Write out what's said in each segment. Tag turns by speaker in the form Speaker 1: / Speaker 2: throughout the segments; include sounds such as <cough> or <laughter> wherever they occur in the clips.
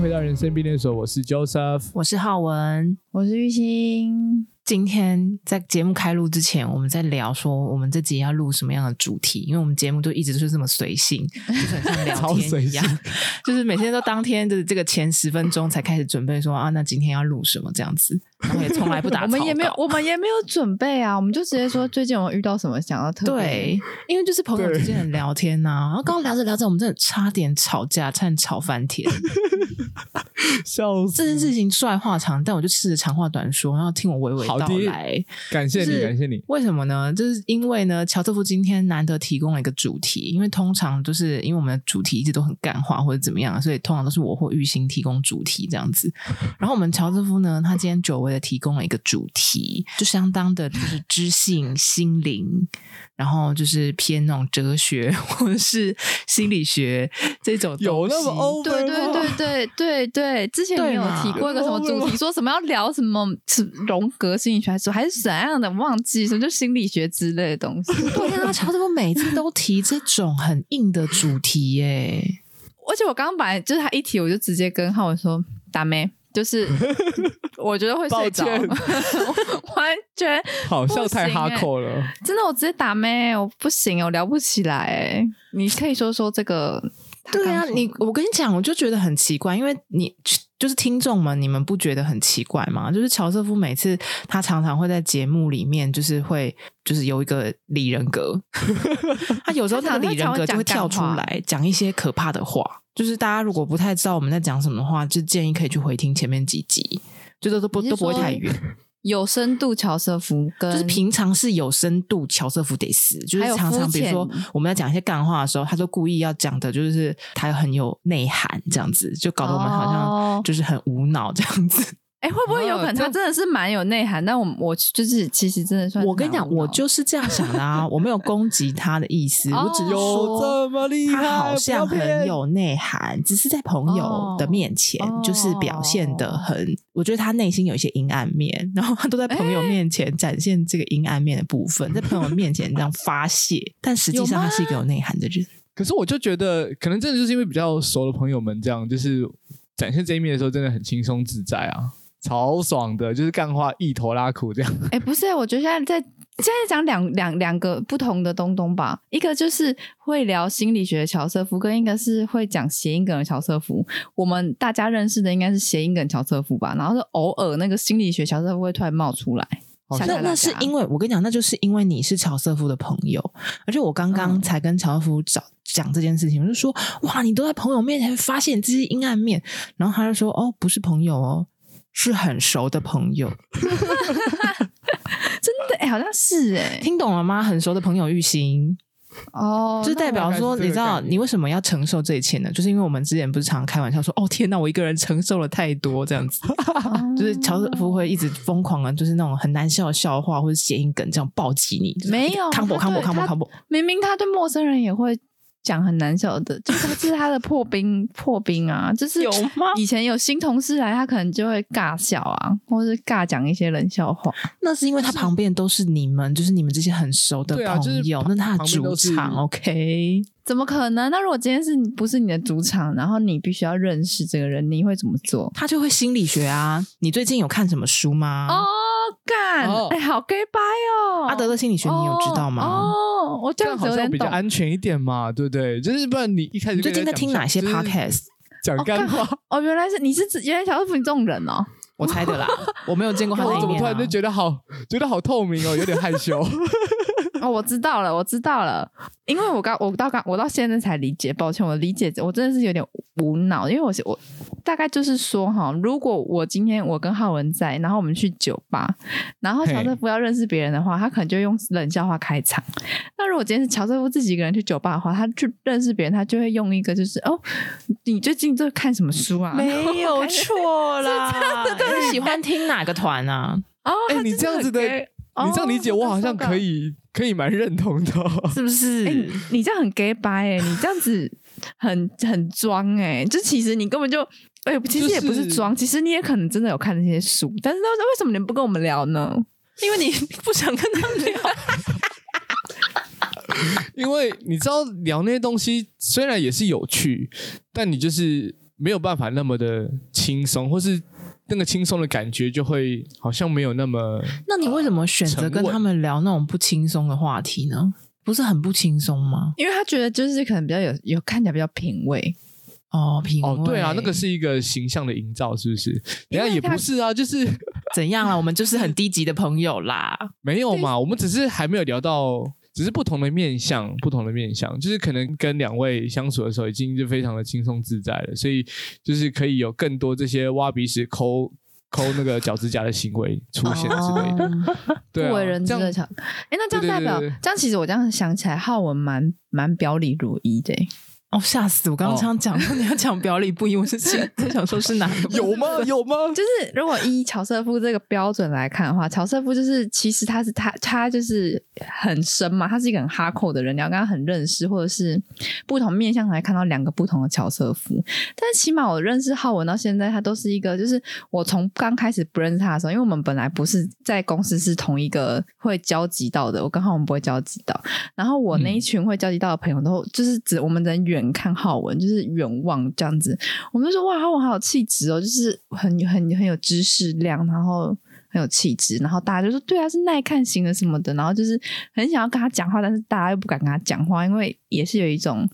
Speaker 1: 回到人生便利店所，我是 Joseph。
Speaker 2: 我是浩文。
Speaker 3: 我是玉兴，
Speaker 2: 今天在节目开录之前，我们在聊说我们这集要录什么样的主题，因为我们节目就一直就是这么随性，就是很像聊
Speaker 1: 超
Speaker 2: 天
Speaker 1: 随
Speaker 2: 一
Speaker 1: 性
Speaker 2: 样，就是每天都当天的这个前十分钟才开始准备说啊，那今天要录什么这样子，然后也从来不打
Speaker 3: <laughs> 我们
Speaker 2: 草
Speaker 3: 也没有
Speaker 2: 稿，
Speaker 3: 我们也没有准备啊，我们就直接说最近我遇到什么想要特别，
Speaker 2: 对，因为就是朋友
Speaker 1: 对
Speaker 2: 之间的聊天呐、然后刚刚聊着聊着，我们真的差点吵架，差点吵翻天。
Speaker 1: 笑
Speaker 2: 这
Speaker 1: 死！
Speaker 2: 件事情说来话长，但我就试着长话短说，然后听我娓
Speaker 1: 好
Speaker 2: 娓
Speaker 1: 的
Speaker 2: 道来。
Speaker 1: 感谢
Speaker 2: 就
Speaker 1: 你，
Speaker 2: 是
Speaker 1: 感谢你。
Speaker 2: 为什么呢？就是因为呢，乔特夫今天难得提供了一个主题，因为通常就是因为我们的主题一直都很干话或者怎么样，所以通常都是我或玉兴提供主题这样
Speaker 1: <laughs>
Speaker 2: 子。然后我们乔特夫呢，他今天久违的提供了一个主题，就相当的就是知性、心灵，然后就是偏那种哲学或者是心理学这种东西
Speaker 1: 有那么 over
Speaker 3: 对对对对对对，之前
Speaker 2: 对
Speaker 3: 你有
Speaker 2: 嘛
Speaker 3: 提过一个什么主题，说什么要聊什么是荣格心理学还是还是怎样的，忘记什么就心理学之类的东西。
Speaker 2: 对啊，乔特夫每次都提这种很硬的主题耶、
Speaker 3: 而且我刚刚本来就是他一提，我就直接跟浩文说打咩，就是我觉得会睡着，
Speaker 1: 抱歉
Speaker 3: 我 <laughs> 完全
Speaker 1: 好像太
Speaker 3: 不行
Speaker 1: 哈
Speaker 3: 欸
Speaker 1: 扣了。
Speaker 3: 真的我直接打咩，我不行，我聊不起来、你可以说说这个。他
Speaker 2: 对啊
Speaker 3: 刚，说
Speaker 2: 你我跟你讲，我就觉得很奇怪，因为你就是听众们，你们不觉得很奇怪吗？就是乔瑟夫每次他常常会在节目里面，就是会就是有一个里人
Speaker 3: <laughs>
Speaker 2: 格，他有时候那个里人格就会跳出来讲一些可怕的话。就是大家如果不太知道我们在讲什么的话，就建议可以去回听前面几集，就都都不
Speaker 3: 你是
Speaker 2: 都不会
Speaker 3: 说
Speaker 2: 太远。
Speaker 3: 有深度乔瑟夫跟
Speaker 2: 就是平常是有深度，乔瑟夫得死，就是
Speaker 3: 还有
Speaker 2: 常常
Speaker 3: 肤
Speaker 2: 比
Speaker 3: 浅
Speaker 2: 如说我们在讲一些干话的时候，他就故意要讲的，就是他很有内涵，这样子就搞得我们好
Speaker 3: 哦
Speaker 2: 像就是很无脑这样子。
Speaker 3: 哎、会不会有可能
Speaker 2: 哦
Speaker 3: 他
Speaker 2: 这
Speaker 3: 真的是蛮有内涵？但我我就是其实真的算是
Speaker 2: 我跟你讲，
Speaker 3: 蛮无脑
Speaker 2: 我就是这样想的啊，我没有攻击他的意思，
Speaker 3: 哦
Speaker 2: 我只是
Speaker 1: 有
Speaker 2: 说
Speaker 1: 这么厉害？
Speaker 3: 啊
Speaker 2: 他好像
Speaker 1: 不要骗
Speaker 2: 很有内涵，只是在朋友的面前
Speaker 3: 哦
Speaker 2: 就是表现的很，我觉得他内心有一些阴暗面，然后他都在朋友
Speaker 3: 哎
Speaker 2: 面前展现这个阴暗面的部分，在朋友面前这样发泄，但实际
Speaker 3: 有
Speaker 2: 上
Speaker 3: 吗
Speaker 2: 他是一个有内涵的人。
Speaker 1: 可是我就觉得，可能真的就是因为比较熟的朋友们，这样就是展现这一面的时候，真的很轻松自在啊，超爽的，就是干话一头拉苦这样。
Speaker 3: 哎、不是、我觉得现在在现在讲两两两个不同的东东吧，一个就是会聊心理学的乔瑟夫，跟一个是会讲谐音梗的乔瑟夫。我们大家认识的应该是谐音梗乔瑟夫吧，然后是偶尔那个心理学乔瑟夫会突然冒出来。
Speaker 1: 好
Speaker 3: 吓
Speaker 1: 像
Speaker 3: 吓
Speaker 2: 那
Speaker 3: 大
Speaker 2: 那
Speaker 3: 家
Speaker 2: 是因为我跟你讲，那就是因为你是乔瑟夫的朋友，而且我刚刚
Speaker 3: 嗯
Speaker 2: 才跟乔瑟夫讲讲这件事情，我就说哇，你都在朋友面前发现你自己阴暗面，然后他就说哦，不是朋友哦，是很熟的朋友，
Speaker 3: 真的，哎、好像是哎、
Speaker 1: 欸
Speaker 2: 听懂了吗？很熟的朋友玉兴，
Speaker 3: 哦，
Speaker 2: 就是代表说，你知
Speaker 1: 那我大概是这个概
Speaker 2: 道
Speaker 1: 念
Speaker 2: 你为什么要承受这一切呢？就是因为我们之前不是常开玩笑说哦，天哪，我一个人承受了太多这样子。
Speaker 3: 那哦
Speaker 2: 就是乔瑟夫会一直疯狂的，就是那种很难笑的笑话或者谐音梗这样暴击你。就是
Speaker 3: 没有
Speaker 2: 康博
Speaker 3: 他
Speaker 2: 康博
Speaker 3: 对
Speaker 2: 康博
Speaker 3: 他
Speaker 2: 康博，
Speaker 3: 明明他对陌生人也会讲很难笑的，就是他这是他的破冰破冰啊，就是
Speaker 2: 有吗
Speaker 3: 以前有新同事来，他可能就会尬笑啊，或是尬讲一些冷笑话。
Speaker 2: <laughs> 那是因为他旁边都是你们，就是你们这些很熟的
Speaker 1: 对
Speaker 2: 朋友，
Speaker 1: 啊就是
Speaker 2: 那是他的
Speaker 1: 旁边
Speaker 2: 主
Speaker 1: 都是
Speaker 2: 场，OK？
Speaker 3: 怎么可能？那如果今天是你不是你的主场，然后你必须要认识这个人，你会怎么做？
Speaker 2: 他就会心理学啊。你最近有看什么书吗？
Speaker 3: 哦，干！哎、
Speaker 1: 哦
Speaker 3: 好 gay 掰哦！
Speaker 2: 嗯阿德勒心理学你有知道吗？
Speaker 3: 哦，我这
Speaker 1: 这
Speaker 3: 样
Speaker 1: 样
Speaker 3: 子
Speaker 1: 好
Speaker 3: 有
Speaker 1: 像
Speaker 3: 点
Speaker 1: 比较
Speaker 3: 懂。
Speaker 1: 安全一点嘛，对不对？就是不然你一开始
Speaker 2: 你
Speaker 1: 就
Speaker 2: 最
Speaker 1: 跟
Speaker 2: 近
Speaker 1: 人家
Speaker 2: 在听
Speaker 1: 讲
Speaker 2: 哪些
Speaker 1: 就是
Speaker 2: podcast？
Speaker 1: 讲干话？
Speaker 3: 哦，原来是你是指原来乔瑟夫你这种人哦。
Speaker 2: 我猜的啦，我没有见过他
Speaker 1: 我
Speaker 2: 那一
Speaker 1: <laughs> 怎么
Speaker 2: 面
Speaker 1: 突
Speaker 2: 啊
Speaker 1: <laughs> 然就觉得好，觉得好透明哦，有点害羞。
Speaker 3: <laughs> 哦，我知道了，我知道了，因为我刚我到刚我到现在才理解，抱歉，我理解我真的是有点无脑，因为我是我大概就是说哈，如果我今天我跟浩文在，然后我们去酒吧，然后
Speaker 1: 嘿
Speaker 3: 乔瑟夫要认识别人的话，他可能就用冷笑话开场；那如果今天是乔瑟夫自己一个人去酒吧的话，他去认识别人，他就会用一个就是哦，你最近在看什么书啊？
Speaker 2: 没有错 <laughs> 啦。
Speaker 3: 对
Speaker 2: 你喜欢听哪个团啊？
Speaker 3: 哦，
Speaker 1: 哎
Speaker 3: 他
Speaker 1: 你
Speaker 3: 真
Speaker 1: 这样
Speaker 3: 很
Speaker 1: 子的
Speaker 3: gay
Speaker 1: 你这样理解，
Speaker 3: 哦
Speaker 1: 我好像
Speaker 3: 真的
Speaker 1: 可以，可以蛮认同的哦。 <laughs>
Speaker 2: 是不是？
Speaker 3: 哎、你你这样很 gay 白哎、你这样子很很装哎、就其实你根本就哎、其实也不是装，其实你也可能真的有看那些书，但是那为什么你不跟我们聊呢？
Speaker 1: <laughs>
Speaker 2: 因为你不想跟他聊。
Speaker 1: 因为你知道聊那些东西虽然也是有趣，但你就是没有办法那么的轻松，或是那个轻松的感觉就会好像没有那么
Speaker 2: <laughs> 那你为什么选择跟他们聊那种不轻松的话题呢？不是很不轻松吗？
Speaker 3: 因为他觉得就是可能比较有有看起来比较品味，
Speaker 2: 哦，品味
Speaker 1: 哦，对啊，那个是一个形象的营造，是不是？
Speaker 3: 因
Speaker 1: 等
Speaker 3: 为
Speaker 1: 一下也
Speaker 3: 他
Speaker 1: 不是啊，就是
Speaker 2: 怎样啦？我们就是很低级的朋友啦。
Speaker 1: 没有嘛，我们只是还没有聊到，只是不同的面相，不同的面相，就是可能跟两位相处的时候已经就非常的轻松自在了，所以就是可以有更多这些挖鼻屎、抠抠那个脚趾甲的行为出现之类的，
Speaker 2: 哦
Speaker 1: 对、啊，
Speaker 3: 不为人知
Speaker 1: 这样
Speaker 3: 的强。哎，那这
Speaker 1: 对
Speaker 3: 样
Speaker 1: 对
Speaker 3: 代
Speaker 1: 对
Speaker 3: 表
Speaker 1: 对对
Speaker 3: 这样，其实我这样想起来，浩文蛮蛮表里如一的欸。
Speaker 2: 哦，吓死我！刚刚想讲说你要讲表里不一，我是心在想说是哪个
Speaker 1: <laughs> 有吗？有
Speaker 3: <laughs>
Speaker 1: 吗？
Speaker 3: 就是如果依乔瑟夫这个标准来看的话，乔瑟夫就是其实他是他他就是很深嘛，他是一个很哈扣的人，你要跟他很认识，或者是不同面向来看到两个不同的乔瑟夫。但是起码我认识浩文到现在，他都是一个，就是我从刚开始不认识他的时候，因为我们本来不是在公司是同一个会交集到的，我跟浩文不会交集到。然后我那一群会交集到的朋友都就是只我们能远看浩文，就是远望这样子，我们就说哇，浩文好有气质哦，就是很很很有知识量，然后。很有气质，然后大家就说对啊，是耐看型的什么的，然后就是很想要跟他讲话，但是大家又不敢跟他讲话，因为也是有一种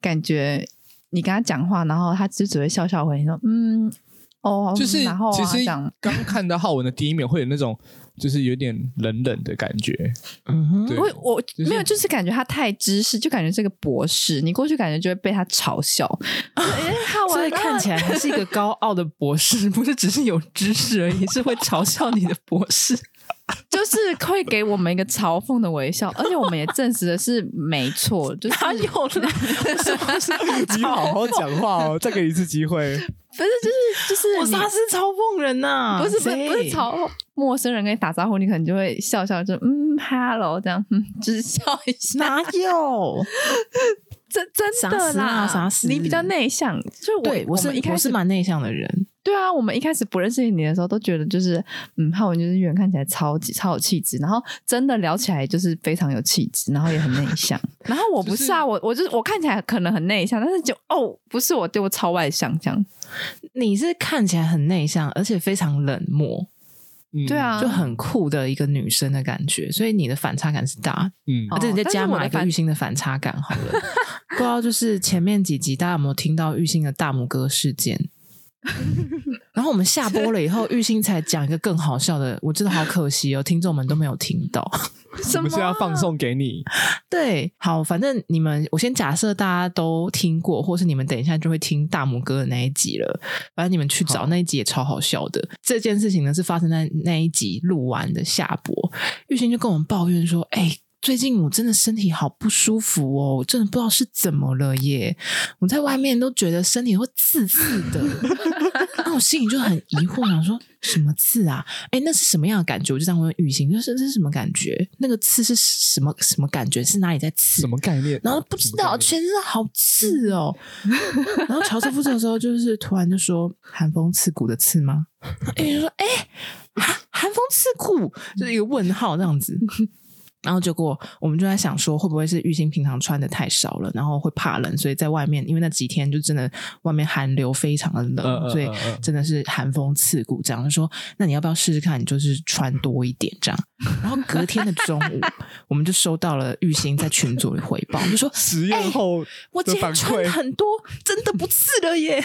Speaker 3: 感觉，你跟他讲话，然后他就只会笑笑回你说嗯哦，
Speaker 1: 就是
Speaker 3: 然后、啊、
Speaker 1: 其实
Speaker 3: 这样
Speaker 1: 刚看到浩文的第一面，会有那种就是有点冷冷的感觉。
Speaker 2: 嗯哼
Speaker 1: 对
Speaker 3: 我我
Speaker 1: 是
Speaker 3: 没有，就是感觉他太知识，就感觉是个博士，你过去感觉就会被他嘲笑。 <laughs> 哎，浩
Speaker 2: 所以
Speaker 3: 文
Speaker 2: 看起来还是一个高傲的博士，不是只是有知识而已，是会嘲笑你的博士。
Speaker 3: 就是会给我们一个嘲讽的微笑，而且我们也证实的是没错，
Speaker 2: <laughs>
Speaker 3: 就是
Speaker 2: 哪有啦？什么是
Speaker 1: <laughs> 你好好讲话哦，再给你一次机会。
Speaker 3: 不是就是就是
Speaker 2: 我
Speaker 3: 你
Speaker 2: 啥是嘲讽人呐、
Speaker 3: 不是不是不是
Speaker 2: 谁
Speaker 3: 嘲讽陌生人跟你打招呼，你可能就会笑笑就嗯 hello 这样，嗯就是笑一下，
Speaker 2: 哪
Speaker 3: <laughs>
Speaker 2: 有？
Speaker 3: 真真
Speaker 2: 傻
Speaker 3: 的
Speaker 2: 死
Speaker 3: 啦，
Speaker 2: 啊傻死
Speaker 3: 你比较内向，就是我
Speaker 2: 对，我是
Speaker 3: 们一开
Speaker 2: 我
Speaker 3: 始
Speaker 2: 是蛮内向的人，
Speaker 3: 对啊，我们一开始不认识你的时候，都觉得就是，嗯，浩文就是远看起来超级超有气质，然后真的聊起来就是非常有气质，然后也很内 <laughs> 向。然后我不是啊，我我就是我看起来可能很内向，但是就哦，不是我对我超外向这样。
Speaker 2: 你是看起来很内向，而且非常冷漠，
Speaker 1: 嗯
Speaker 3: 对，啊，
Speaker 2: 就很酷的一个女生的感觉，所以你的反差感是大。
Speaker 1: 嗯，
Speaker 3: 哦
Speaker 2: 而且你再加码一
Speaker 3: 但是我的
Speaker 2: 个
Speaker 3: 反
Speaker 2: 玉兴的反差感好了， <laughs> 不知道就是前面几集大家有没有听到玉兴的大拇哥事
Speaker 3: <laughs>
Speaker 2: 件？然后我们下播了以后，玉兴才讲一个更好笑的，我真的好可惜哦，听众们都没有听到。
Speaker 1: 我
Speaker 3: <laughs> 什么啊
Speaker 1: 们是要放送给你。
Speaker 2: 对，好，反正你们，我先假设大家都听过，或是你们等一下就会听大拇哥的那一集了。反正你们去找那一集也超好笑的。这件事情呢是发生在那一集录完的下播，玉兴就跟我们抱怨说：“哎、最近我真的身体好不舒服哦，我真的不知道是怎么了耶！我在外面都觉得身体会刺刺的，那我心里就很疑惑，想说什么刺啊？哎，那是什么样的感觉？我就这样问玉兴，就是这是什么感觉？那个刺是什么什么感觉？是哪里在刺？
Speaker 1: 什么概念？
Speaker 2: 然后不知
Speaker 1: 嗯
Speaker 2: 道，全身好刺
Speaker 1: <laughs>
Speaker 2: 哦。然后乔瑟夫这个时候就是突然就说：“寒风刺骨的刺吗？”哎，就说：“哎、寒寒风刺骨，就是一个问号这样
Speaker 1: <laughs>
Speaker 2: 子。”然后结果我们就在想说，会不会是玉兴平常穿的太少了，然后会怕冷，所以在外面，因为那几天就真的外面寒流非常的冷，
Speaker 1: 嗯嗯
Speaker 2: 所以
Speaker 1: 嗯嗯
Speaker 2: 真的是寒风刺骨。这样就说，那你要不要试试看？你就是穿多一点这样。然后隔天的中
Speaker 1: <laughs>
Speaker 2: 午，我们就收到了玉兴在群组里回报，就说哎
Speaker 1: 实验后
Speaker 2: 我
Speaker 1: 的
Speaker 2: 今
Speaker 1: 反
Speaker 2: 天
Speaker 1: 馈
Speaker 2: 穿很多，真的不刺
Speaker 1: <laughs>
Speaker 2: 了耶！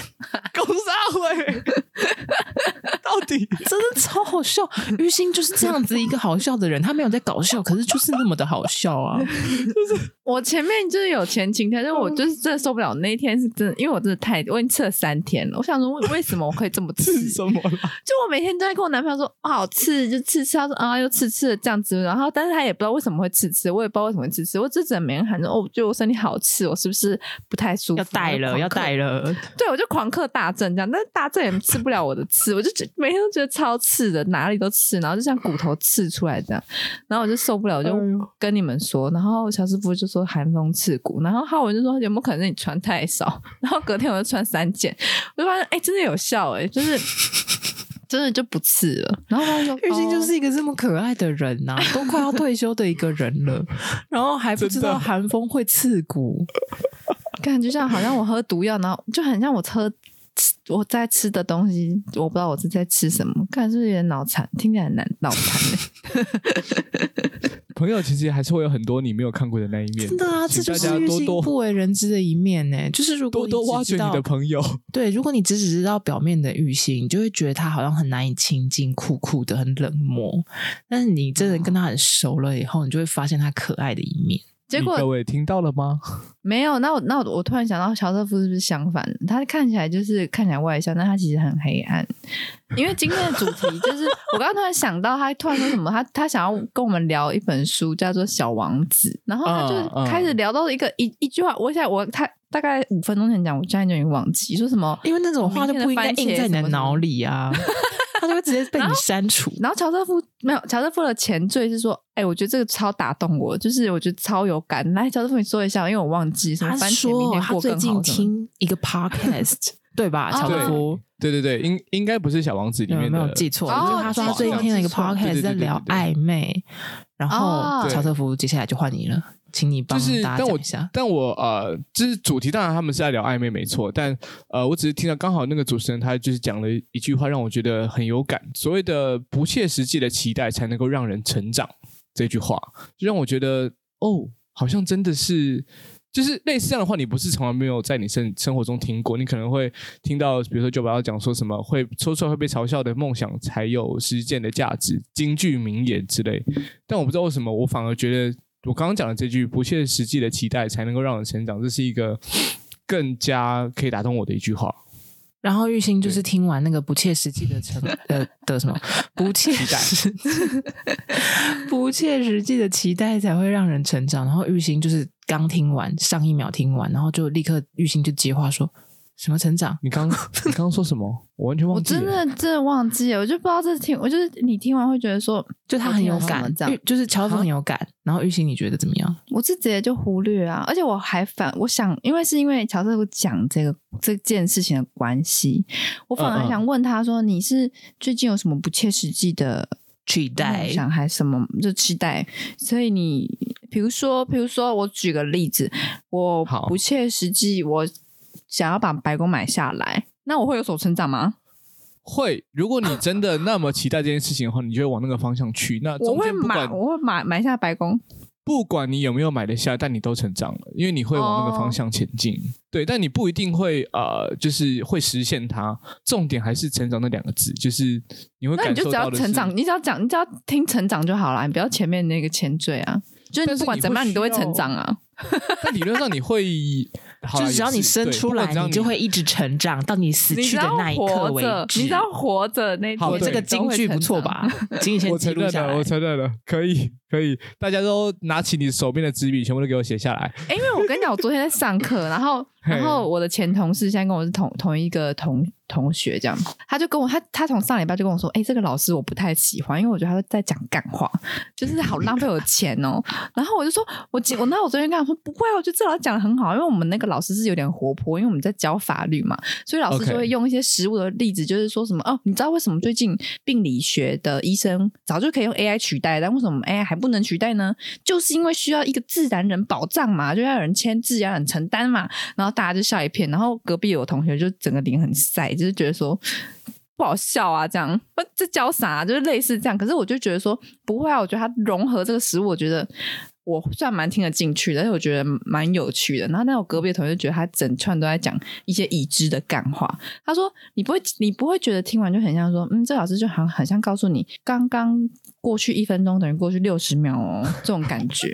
Speaker 1: 公杀会，到底
Speaker 2: 真的超好笑。于心就是这样子一个好笑的人，他没有在搞笑，可是就是那么的好笑
Speaker 1: <laughs>
Speaker 2: 啊！
Speaker 3: 我前面就是有前情但是我就是真的受不了。那一天是真的，因为我真的太，我已经吃了三天了。我想说，为为什么我可以这么刺？
Speaker 1: 是什么啦？
Speaker 3: 就我每天都在跟我男朋友说，哦、好刺，就刺刺，他说啊又刺刺的这样子，然后但是他也不知道为什么会刺刺，我也不知道为什么会刺刺，我只只能每天喊着哦，我觉得我身体好刺，我是不是不太舒服？
Speaker 2: 要带了，要带
Speaker 3: 了，
Speaker 2: 了，
Speaker 3: 对我就狂嗑大正这样，但是大正也刺不了我的刺，我就觉每天都觉得超刺的，哪里都刺，然后就像骨头刺出来这样，然后我就受不了，我就
Speaker 2: 嗯
Speaker 3: 跟你们说，然后小师傅就说寒风刺骨，然后浩文就说有没有可能是你穿太少， <laughs> 然后隔天我就穿三件，我就发现哎、真的有效哎、就是
Speaker 2: <laughs>
Speaker 3: 真的就不刺了，然后他就说
Speaker 2: 玉兴就
Speaker 3: 哦
Speaker 2: 是一个这么可爱的人呐、都快要退休的一个人
Speaker 1: <laughs>
Speaker 2: 了，然后还不知
Speaker 1: 真
Speaker 2: 道
Speaker 1: 的
Speaker 2: 寒风会刺骨，
Speaker 3: 哦感觉像好像我喝毒药，然后就很像我喝。我在吃的东西，我不知道我是在吃什么，看是不是有点脑残，听起来很难脑残、欸。
Speaker 1: 朋友其实还是会有很多你没有看过的那一面，
Speaker 2: 真的啊，这
Speaker 1: 请
Speaker 2: 就
Speaker 1: 大
Speaker 2: 是
Speaker 1: 家
Speaker 2: 遇
Speaker 1: 多
Speaker 2: 性不
Speaker 1: 多
Speaker 2: 为人知的一面呢、就是如
Speaker 1: 多
Speaker 2: 果你
Speaker 1: 多
Speaker 2: 只
Speaker 1: 挖掘
Speaker 2: 知
Speaker 1: 你
Speaker 2: 道
Speaker 1: 的朋友。
Speaker 2: 对，如果你只只知道表面的玉性，你就会觉得他好像很难以亲近、酷酷的、很冷漠。但是你真的跟他很熟了以后，你就会发现他可爱的一面。
Speaker 3: 结
Speaker 1: 你
Speaker 3: 果
Speaker 1: 各位听到了吗？
Speaker 3: 没有，那我那我我突然想到，乔瑟夫是不是相反？他看起来就是看起来外向，但他其实很黑暗。因为今天的主题就是 <laughs> 我刚刚突然想到，他突然说什么，他他想要跟我们聊一本书，叫做《小王子》，然后他
Speaker 1: 嗯嗯
Speaker 3: 就开始聊到一个、一一句话，我想我他大概五分钟前讲，我现在就已经忘记说什么。
Speaker 2: 因为那种话就
Speaker 3: 明
Speaker 2: 不
Speaker 3: 天的
Speaker 2: 应该
Speaker 3: 番
Speaker 2: 印
Speaker 3: 茄
Speaker 2: 在你
Speaker 3: 什
Speaker 2: 的
Speaker 3: 么什么
Speaker 2: 脑里啊，他就会直接被你删除。
Speaker 3: 然后乔瑟夫没有，乔瑟夫的前缀是说，哎、我觉得这个超打动我，就是我觉得超有感。来，乔瑟夫你说一下，因为我忘记什么
Speaker 2: 他
Speaker 3: 番茄明
Speaker 2: 说
Speaker 3: 天
Speaker 2: 他
Speaker 3: 过
Speaker 2: 最
Speaker 3: 更好
Speaker 2: 近
Speaker 3: 什么的。
Speaker 2: 听一个 podcast，对吧，
Speaker 3: 哦
Speaker 2: 乔
Speaker 1: 啊对
Speaker 2: 瑟夫？
Speaker 1: 对对对，应应该不是小王子里
Speaker 2: 有
Speaker 1: 面
Speaker 2: 没
Speaker 1: 的
Speaker 2: 有，记错？
Speaker 3: 哦
Speaker 2: 就是他说他
Speaker 1: 记错
Speaker 2: 最近听了一个
Speaker 3: 记错
Speaker 2: podcast
Speaker 1: 对对对
Speaker 2: 在聊
Speaker 1: 对对对
Speaker 2: 暧昧，然后
Speaker 3: 哦
Speaker 2: 乔瑟夫接下来就换你了，请你帮
Speaker 1: 就是
Speaker 2: 大家
Speaker 1: 但我
Speaker 2: 讲一下。
Speaker 1: 但我呃，就是主题当然他们是在聊暧昧没错，但呃，我只是听到刚好那个主持人他就是讲了一句话，让我觉得很有感。所谓的不切实际的期待才能够让人成长，这句话就让我觉得哦，好像真的是。就是类似这样的话，你不是从来没有在你生生活中听过，你可能会听到，比如说九把要讲说什么会说出来会被嘲笑的梦想才有实践的价值，京剧名言之类。但我不知道为什么，我反而觉得我刚刚讲的这句不切实际的期待才能够让人成长，这是一个更加可以打动我的一句话。
Speaker 2: 然后玉兴就是听完那个不切实际的成呃的
Speaker 1: <laughs>
Speaker 2: 什么不切实际不切实际的期待才会让人成长。然后玉兴就是刚听完上一秒听完，然后就立刻玉兴就接话说什么成长？
Speaker 1: 你刚你刚刚说什么？我完全
Speaker 3: 我
Speaker 1: 忘记了。
Speaker 3: 真的真的忘记了，我就不知道这听，我就是你听完会觉得说，
Speaker 2: 就他
Speaker 3: 我
Speaker 2: 很
Speaker 3: 听
Speaker 2: 有
Speaker 3: 了什么
Speaker 2: 感
Speaker 3: 这，样
Speaker 2: 玉就是乔峰很有感。然后玉兴你觉得怎么样？
Speaker 3: 我是直接就忽略啊，而且我还反，我想，因为是因为乔瑟夫讲这个这件事情的关系，我反
Speaker 1: 嗯嗯
Speaker 3: 而想问他说，你是最近有什么不切实际的
Speaker 2: 期待
Speaker 3: 梦想还是什么就期待？所以你比如说，比如说我举个例子，我
Speaker 1: 好
Speaker 3: 不切实际，我想要把白宫买下来，那我会有所成长吗？
Speaker 1: 会，如果你真的那么期待这件事情的话，你就会往那个方向去。那
Speaker 3: 我
Speaker 1: 中
Speaker 3: 会
Speaker 1: 间不
Speaker 3: 买，
Speaker 1: 管
Speaker 3: 我会买买下白宫。
Speaker 1: 不管你有没有买得下，但你都成长了，因为你会往那个方向前进。
Speaker 3: 哦
Speaker 1: 对，但你不一定会呃，就是会实现它。重点还是“成长”那两个字，就是你会
Speaker 3: 那你
Speaker 1: 感
Speaker 3: 就
Speaker 1: 受
Speaker 3: 只要
Speaker 1: 到的是
Speaker 3: 成长，你只要讲，你只要听成长就好了，你不要前面那个前缀啊。就是
Speaker 1: 但是
Speaker 3: 不管
Speaker 1: 你
Speaker 3: 怎么
Speaker 1: 会
Speaker 3: 样，你都会
Speaker 1: 需要
Speaker 3: 成长啊。
Speaker 2: <laughs>
Speaker 1: 但理论上你会， <laughs> 好啦
Speaker 2: 就只要
Speaker 1: 也
Speaker 2: 你
Speaker 1: 是
Speaker 2: 生
Speaker 1: 对
Speaker 2: 出
Speaker 1: 不管
Speaker 2: 来，
Speaker 1: 只要
Speaker 2: 你就会一直成长到你死
Speaker 3: 你
Speaker 2: 去
Speaker 3: 只
Speaker 2: 的
Speaker 3: 要
Speaker 2: 那一刻
Speaker 3: 活
Speaker 2: 为
Speaker 3: 着，
Speaker 2: 止。
Speaker 3: 你只要活着那一
Speaker 1: 好
Speaker 2: 我
Speaker 3: 天，
Speaker 1: 对
Speaker 2: 这个京剧不错吧？
Speaker 1: <laughs>
Speaker 2: 请你先
Speaker 1: 我
Speaker 2: 记
Speaker 1: 承
Speaker 2: 录
Speaker 1: 认
Speaker 2: 下
Speaker 1: 了，
Speaker 2: 来
Speaker 1: 我。承认了，可以，可以，大家都拿起你手边的纸笔，全部都给我写下来。
Speaker 3: <laughs> 诶？因为我跟你讲，我昨天在上课，然后
Speaker 1: <laughs> 嘿
Speaker 3: 然后我的前同事现在跟我是同同一个同同学，这样他就跟我他他从上礼拜就跟我说，哎、这个老师我不太喜欢，因为我觉得他在讲干话，就是好浪费我的钱哦。然后我就说，我记我那我昨天跟他说不会啊，我觉得这老师讲的很好，因为我们那个老师是有点活泼，因为我们在教法律嘛，所以老师
Speaker 1: OK
Speaker 3: 就会用一些实物的例子，就是说什么哦，你知道为什么最近病理学的医生早就可以用 AI 取代，但为什么 AI 还不能取代呢？就是因为需要一个自然人保障嘛，就要有人签字，要有人承担嘛。然后大家就笑一片，然后隔壁有同学就整个脸很晒，就是觉得说。不好笑啊，这样呃这教啥啊、就是类似这样，可是我就觉得说不会啊，我觉得它融合这个食物，我觉得我算蛮听得进去的，而且我觉得蛮有趣的。然后，但我隔壁的同学就觉得他整串都在讲一些已知的干话，他说：“你不会，你不会觉得听完就很像说，嗯，这老师就好像很像告诉你，刚刚过去一分钟等于过去六十秒哦，这种感觉。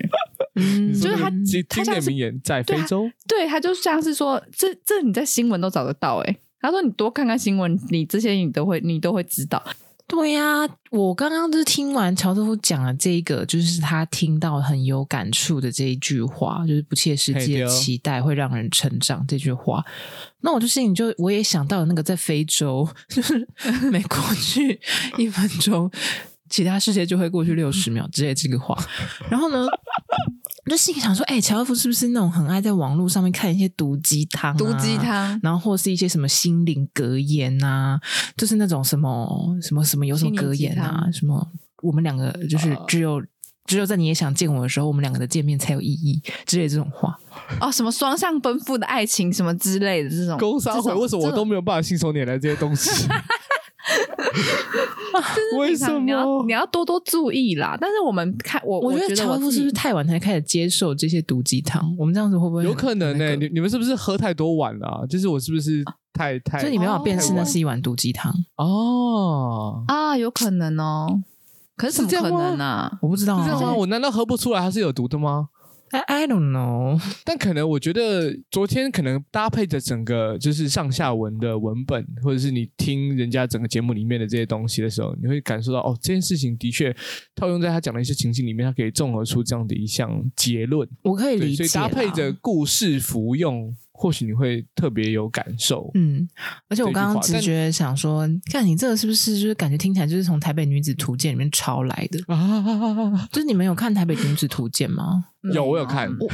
Speaker 2: 嗯
Speaker 1: <laughs> 你说
Speaker 3: 就是
Speaker 1: 那
Speaker 3: 他
Speaker 1: 个经
Speaker 3: 他
Speaker 1: 经
Speaker 3: 像
Speaker 1: 典
Speaker 3: 是
Speaker 1: 名言，在非
Speaker 3: 对啊
Speaker 1: 洲，
Speaker 3: 对，他就像是说，这这你在新闻都找得到诶、他说：“你多看看新闻，你这些你都会，你都会知道。
Speaker 2: 对呀、我刚刚就是听完乔瑟夫讲了这一个，就是他听到很有感触的这一句话，就是不切实际
Speaker 1: 嘿对
Speaker 2: 的
Speaker 1: 哦
Speaker 2: 期待会让人成长这句话。那我就心里就我也想到了那个在非洲， <laughs> 就是每过去一分钟，其他世界就会过去六十秒之类这个话。然后呢，我就心里想说，哎、乔瑟夫是不是那种很爱在网络上面看一些毒鸡汤、啊
Speaker 3: 毒鸡。汤，
Speaker 2: 然后或是一些什么心灵格言呐、就是那种什么什么什么有什么格言
Speaker 3: 心灵鸡
Speaker 2: 啊，什么我们两个就是只有只有在你也想见我的时候，我们两个的见面才有意义之类的这种话。
Speaker 3: 哦，什么双向奔赴的爱情什么之类的这种
Speaker 1: 勾杀
Speaker 3: 哦这
Speaker 1: 回，
Speaker 3: 种
Speaker 1: 为什么我都没有办法信手拈来这些东
Speaker 3: <laughs>
Speaker 1: 西？
Speaker 3: 这种
Speaker 1: 为
Speaker 3: 平
Speaker 1: 什
Speaker 3: 常你要
Speaker 1: 么
Speaker 3: 你？要多多注意啦。但是我们看我，
Speaker 2: 我
Speaker 3: 觉
Speaker 2: 觉得
Speaker 3: 我
Speaker 2: 乔夫
Speaker 3: 自
Speaker 2: 是
Speaker 3: 己
Speaker 2: 不是太晚才开始接受这些毒鸡汤？我们这样子会不会
Speaker 1: 有可能呢、
Speaker 2: 呢、
Speaker 1: 你你们是不是喝太多碗了啊、就是我是不
Speaker 3: 哦
Speaker 1: 是太太？
Speaker 2: 所以你没办法辨
Speaker 1: 哦
Speaker 2: 识
Speaker 1: 太
Speaker 2: 那
Speaker 1: 晚
Speaker 2: 是一碗毒鸡汤。
Speaker 1: 哦，
Speaker 3: 啊，有可能哦。可是怎
Speaker 1: 是这
Speaker 3: 么
Speaker 1: 样
Speaker 3: 可
Speaker 1: 吗
Speaker 3: 能呢、
Speaker 2: 我不知道、
Speaker 1: 是这样吗？
Speaker 2: 啊、
Speaker 1: 我难道喝不出来它是有毒的吗？
Speaker 2: I I don't know。 <laughs>
Speaker 1: 但可能我觉得昨天可能搭配着整个就是上下文的文本，或者是你听人家整个节目里面的这些东西的时候，你会感受到哦，这件事情的确套用在他讲的一些情境里面，它可以综合出这样的一项结论。
Speaker 2: 我可以
Speaker 1: 对，
Speaker 2: 理
Speaker 1: 所
Speaker 2: 解
Speaker 1: 以
Speaker 2: 啦。
Speaker 1: 搭配着故事服用，或许你会特别有感
Speaker 2: <laughs>
Speaker 1: 受。
Speaker 2: 嗯，而且我
Speaker 1: 这句
Speaker 2: 刚刚
Speaker 1: 话
Speaker 2: 直
Speaker 1: 但
Speaker 2: 觉想说，看你这个是不是就是感觉听起来就是从《台北女子图鉴》里面抄来的？
Speaker 1: 啊，
Speaker 2: 就是你们有看《台北女子图鉴》
Speaker 1: <laughs>
Speaker 2: 吗？
Speaker 3: 嗯
Speaker 1: 有我有看，
Speaker 2: 我我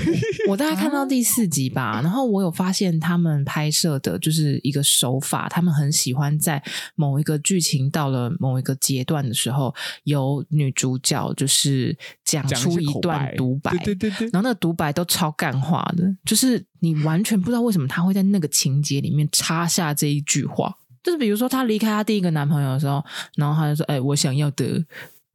Speaker 2: 我大概看到第四集
Speaker 1: 啊
Speaker 2: 吧，然后我有发现他们拍摄的就是一个手法，他们很喜欢在某一个剧情到了某一个阶段的时候，由女主角就是讲
Speaker 1: 讲
Speaker 2: 出
Speaker 1: 一
Speaker 2: 一
Speaker 1: 些口
Speaker 2: 段独白，
Speaker 1: 对对对对，
Speaker 2: 然后那个独白都超干话的，就是你完全不知道为什么他会在那个情节里面插下这一句话。就是比如说，她离开她第一个男朋友的时候，然后她就说：“哎、我想要的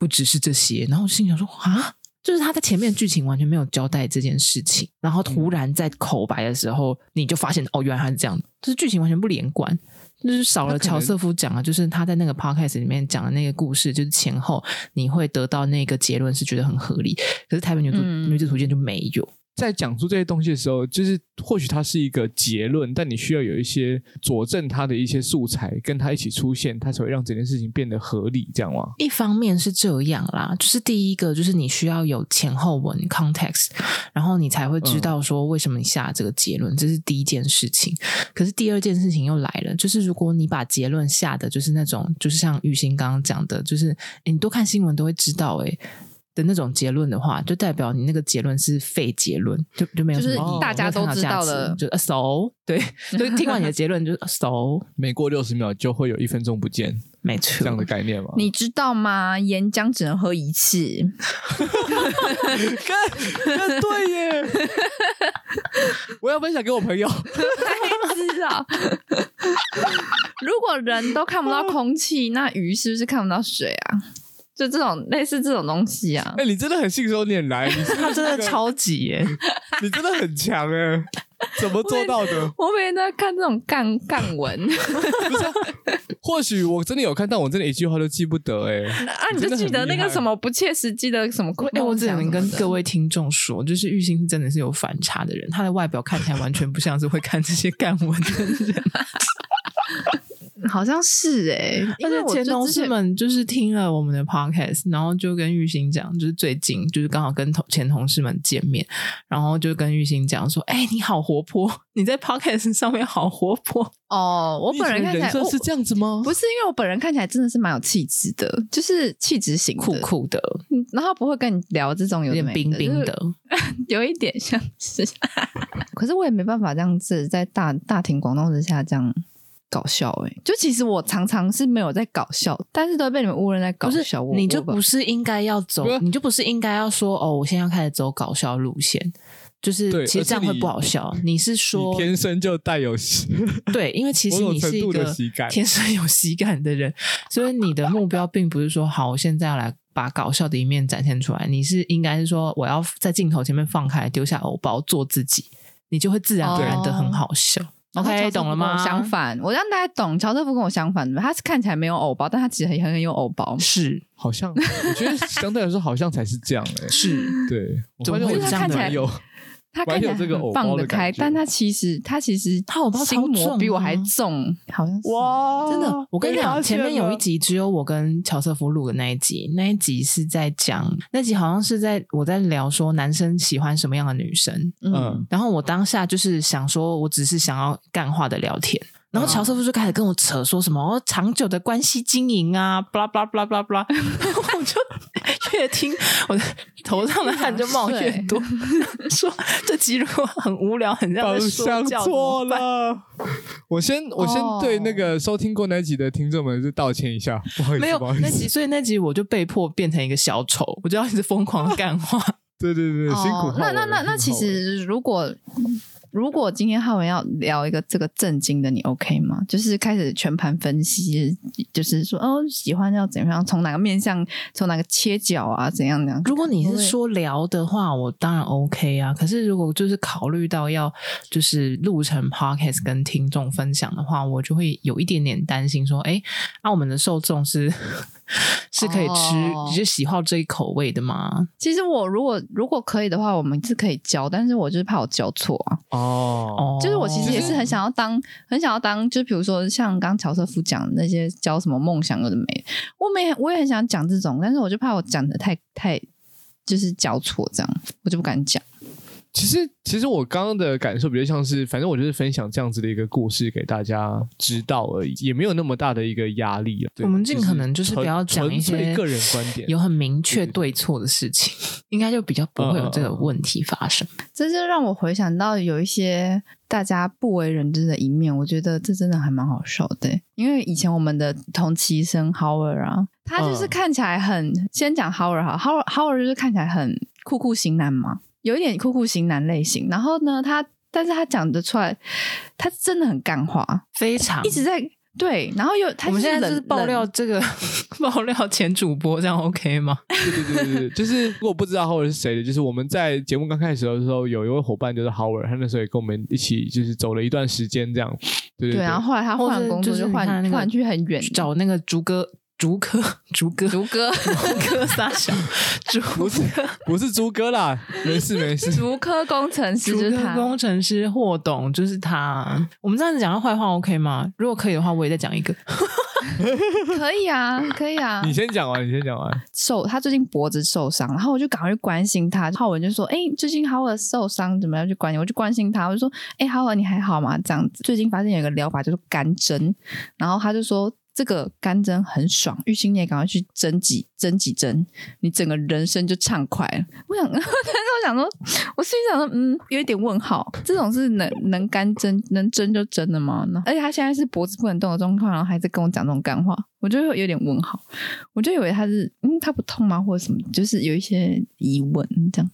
Speaker 2: 不只是这些。”然后我心想说：“啊，就是她在前面剧情完全没有交代这件事情，然后
Speaker 1: 嗯
Speaker 2: 突然在口白的时候，你就发现哦，原来她是这样的，就是剧情完全不连贯。”就是少了
Speaker 1: 她可
Speaker 2: 乔
Speaker 1: 能
Speaker 2: 瑟夫讲啊，就是他在那个 podcast 里面讲的那个故事，就是前后你会得到那个结论是觉得很合理，可是台北女主、
Speaker 3: 嗯
Speaker 2: 女子图鉴就没有。
Speaker 1: 在讲出这些东西的时候，就是或许它是一个结论，但你需要有一些佐证它的一些素材，跟它一起出现，它才会让整件事情变得合理，这样吗？
Speaker 2: 一方面是这样啦，就是第一个就是你需要有前后文 context，然后你才会知道说为什么你下这个结论，这是第一件事情。可是第二件事情又来了，就是如果你把结论下的就是那种，就是像玉兴刚刚讲的，就是、诶你多看新闻都会知道、诶的那种结论的话，就代表你那个结论是废结论，就就没有
Speaker 3: 就
Speaker 2: 什么
Speaker 3: 是
Speaker 2: 意义，
Speaker 3: 大家都
Speaker 2: 没有参考价
Speaker 3: 知道
Speaker 2: 值
Speaker 3: 了
Speaker 2: 就呃熟，对， <laughs> 所以听完你的结论就是呃熟，
Speaker 1: 每过六十秒就会有一分钟不 <laughs> 见
Speaker 2: 没
Speaker 1: 这
Speaker 2: 错
Speaker 1: 样。的概念吗？
Speaker 3: 你知道吗？岩浆只能喝一次。
Speaker 1: 对耶，我要分享给我朋友。
Speaker 3: 知道。啊如果人都看不到空气，那鱼是不是看不到水啊？就这种类似这种东西啊
Speaker 1: 哎、，你真的很信手拈来，你是
Speaker 2: <laughs> 他真的超级
Speaker 3: <laughs>
Speaker 2: 耶、
Speaker 1: 你真的很 <laughs> 强哎，怎么做到的？
Speaker 3: 我每天都在看这种干干文，
Speaker 2: <laughs>
Speaker 1: 不是啊、或许我真的有看，但我真的一句话都记不得哎。
Speaker 3: 啊，你就记得那个什么不切实际的什么
Speaker 2: 我
Speaker 3: 梦
Speaker 2: 哎、
Speaker 3: 想什么的？
Speaker 2: 我只能跟各位听众说，就是玉兴是真的是有反差的人，他的外表看起来完全不像是会看这些干文的人。
Speaker 3: 好像是哎、
Speaker 2: <laughs> 而
Speaker 3: <laughs> 因为
Speaker 2: 且
Speaker 3: 我
Speaker 2: 前
Speaker 3: 就
Speaker 2: 同
Speaker 3: 之
Speaker 2: 事
Speaker 3: 前
Speaker 2: 们就是听了我们的 podcast，然后就跟玉兴讲，就是最近就是刚好跟同前同事们见面，然后就跟玉兴讲说：“哎、你好活泼，你在 podcast 上面好活泼。
Speaker 3: 哦，我
Speaker 1: 你以
Speaker 3: 本人
Speaker 1: 前
Speaker 3: 看
Speaker 1: 的
Speaker 3: 起来
Speaker 1: 人设
Speaker 3: 我
Speaker 1: 是这样子吗？
Speaker 3: 不是因为我本人看起来真的是蛮有气质的，就是气质型的
Speaker 2: 酷酷的，
Speaker 3: 嗯然后不会跟你聊这种有
Speaker 2: 有
Speaker 3: 的
Speaker 2: 点
Speaker 3: 没
Speaker 2: 冰冰
Speaker 3: 就是
Speaker 2: 的。
Speaker 3: 有一点像是， <laughs> 可是我也没办法这样子在大大庭广众之下这样搞笑哎、就其实我常常是没有在搞笑，但是都会被你们误认在搞
Speaker 2: 不是
Speaker 3: 笑。我
Speaker 2: 你就
Speaker 3: 我吧
Speaker 2: 不是应该要走
Speaker 1: 不是，啊
Speaker 2: 你就不是应该要说哦，我现在要开始走搞笑路线，就是
Speaker 1: 对
Speaker 2: 其
Speaker 1: 而且
Speaker 2: 实这样会
Speaker 1: 你
Speaker 2: 不好笑。你是说
Speaker 3: <laughs>
Speaker 1: 你天生就带有 <laughs>
Speaker 2: 对，因为其实
Speaker 1: 某种
Speaker 2: 你是
Speaker 1: 程
Speaker 2: 一
Speaker 1: 度的
Speaker 2: 个
Speaker 1: 喜感
Speaker 2: 天生有喜感的人，所以你的目标并不是说好，我现在要来把搞笑的一面展现出来，你是应该是说我要在镜头前面放开，丢下偶包，做自己，你就会自然而然的
Speaker 1: 哦
Speaker 2: 很好笑。
Speaker 3: 然后乔
Speaker 2: OK，
Speaker 3: 瑟夫
Speaker 2: 懂了
Speaker 3: 跟我
Speaker 2: 吗？
Speaker 3: 相反，我让大家懂，乔瑟夫跟我相反，他是看起来没有偶包，但他其实也很很有偶包。
Speaker 2: 是
Speaker 1: 好像，我觉得相对来说好像才是这样哎、
Speaker 2: 是，
Speaker 1: 对，我
Speaker 2: 怎么
Speaker 1: 发现我
Speaker 2: 会有这样
Speaker 1: 真
Speaker 2: 的
Speaker 1: 的
Speaker 3: 人
Speaker 1: 有，
Speaker 3: 他看起来
Speaker 1: 蛮有这个偶
Speaker 3: 很
Speaker 1: 包的
Speaker 3: 放得开，
Speaker 1: 感觉
Speaker 3: 但他其实他其实
Speaker 2: 他偶包
Speaker 3: 心
Speaker 2: 超
Speaker 3: 魔
Speaker 2: 重
Speaker 3: 比我
Speaker 2: 啊
Speaker 3: 还重，好像是
Speaker 1: 哇
Speaker 2: 真的，我跟你讲，前面有一，集只有我跟乔瑟夫录的那一集，那一集是在讲，那集好像是在我在聊说男生喜欢什么样的女生，
Speaker 1: 嗯，
Speaker 2: 然后我当下就是想说，我只是想要干话的聊天。然后乔瑟夫就开始跟我 <laughs> 扯说什么、哦、长久的关系经营啊，巴拉巴拉巴拉巴拉，我就越听我的头上的汗就冒越多。说这集如果很无聊，很像
Speaker 1: 方
Speaker 2: 在说
Speaker 1: 向
Speaker 2: 教，
Speaker 1: 错
Speaker 2: 怎么办哦
Speaker 1: 了。 <laughs> 我先我先对那个收听过那集的听众们是道歉一下， <laughs> 不好意思，
Speaker 2: 没有
Speaker 1: 不好意
Speaker 2: 那
Speaker 1: 思。
Speaker 2: 集，所以那集我就被迫变成一个小丑，我就要一直疯狂干话。
Speaker 3: <laughs>
Speaker 1: 对对对，辛苦
Speaker 3: 哦
Speaker 1: 浩。
Speaker 3: 那
Speaker 1: 文
Speaker 3: 那那那，
Speaker 1: 辛
Speaker 3: 其
Speaker 1: 苦浩文
Speaker 3: 实如果如果今天浩文要聊一个这个震惊的，你 OK 吗？就是开始全盘分析，就是说哦，喜欢要怎么样，从哪个面向，从哪个切角啊，怎样怎样。
Speaker 2: 如果你
Speaker 3: 会
Speaker 2: 是
Speaker 3: 不会
Speaker 2: 说聊的话，我当然 OK 啊。可是如果就是考虑到要就是录成 podcast 跟听众分享的话，我就会有一点点担心，说，哎，啊，我们的受众是 <laughs> 是可以吃，
Speaker 3: 哦
Speaker 2: 你就喜好这一口味的吗？
Speaker 3: 其实我如果如果可以的话，我们是可以教，但是我就是怕我教错啊。
Speaker 1: 哦，
Speaker 2: 哦，
Speaker 3: 就是我其实也是很想要当，很想要当，就比如说像刚乔瑟夫讲的那些教什么梦想有的没的，我没我也很想讲这种，但是我就怕我讲的太太就是教错这样，我就不敢讲。
Speaker 1: 其实其实我刚刚的感受比较像是，反正我就是分享这样子的一个故事给大家知道而已，也没有那么大的一个压力了。对
Speaker 2: 我们尽可能就是
Speaker 1: 纯
Speaker 2: 不要讲
Speaker 1: 纯
Speaker 2: 一
Speaker 1: 粹
Speaker 2: 些
Speaker 1: 个人观点
Speaker 2: 有。很明确对错的事情，应该就比较不会有
Speaker 1: 嗯
Speaker 2: 这个问题发生。
Speaker 3: 这就让我回想到有一些大家不为人知的一面，我觉得这真的还蛮好笑的。欸因为以前我们的同期生 Howard 啊，他就是
Speaker 1: 嗯
Speaker 3: 看起来很，先讲 Howard 哈，Howard Howard 就是看起来很酷酷型男嘛，有一点酷酷型男类型。然后呢，他但是他讲得出来，他真的很干话，
Speaker 2: 非常
Speaker 3: 一直在对，然后又他
Speaker 2: 我们现在
Speaker 3: 冷
Speaker 2: 就是爆料
Speaker 3: 冷
Speaker 2: 这个 <laughs> 爆料前主播，这样 OK 吗？
Speaker 1: 对对对对，对，
Speaker 2: <laughs>
Speaker 1: 就是如果不知道 Howard 是谁的，就是我们在节目刚开始的时候，有一位伙伴就是 Howard，他那时候也跟我们一起就是走了一段时间这样。对对
Speaker 3: 对，
Speaker 1: 对，
Speaker 3: 然后后来他
Speaker 2: 或
Speaker 3: 换
Speaker 2: 是
Speaker 3: 工
Speaker 2: 就
Speaker 3: 作
Speaker 2: 是
Speaker 3: 就
Speaker 2: 你
Speaker 3: 换
Speaker 2: 看那个
Speaker 3: 换去很远，
Speaker 2: 找那个竹哥、竹科、竹哥、
Speaker 3: 竹哥
Speaker 2: 竹 <laughs> 科仨小、竹科、
Speaker 1: 我是朱哥
Speaker 2: <laughs>
Speaker 1: 啦，没事没事。
Speaker 3: 竹科工程师
Speaker 2: 竹
Speaker 3: 就是
Speaker 2: 科
Speaker 3: 他。
Speaker 2: 工程师霍董，就是他。我们这样子讲他坏话 OK 吗？如果可以的话，我也再讲一个。
Speaker 3: 可以啊，可以
Speaker 2: <laughs>
Speaker 3: 啊。
Speaker 1: 你先讲完，你先讲完。
Speaker 3: 受他最近脖子受伤，然后我就赶快去关心他。浩文就说：“哎、最近浩文受伤，怎么样去关心？”我就关心他，我就说：“哎、浩文你还好吗？”这样子。最近发现有一个疗法就是干针，然后他就说。这个干针很爽，玉兴你也赶快去针几针几针，你整个人生就畅快了。我想， <laughs> 但是我想说，我心里想说，嗯，有一点问号，这种是能能干针能针就针的吗？而且他现在是脖子不能动的状况，然后还在跟我讲这种干话，我就有点问号。我就以为他是嗯，他不痛吗，或者什么，就是有一些疑问这样。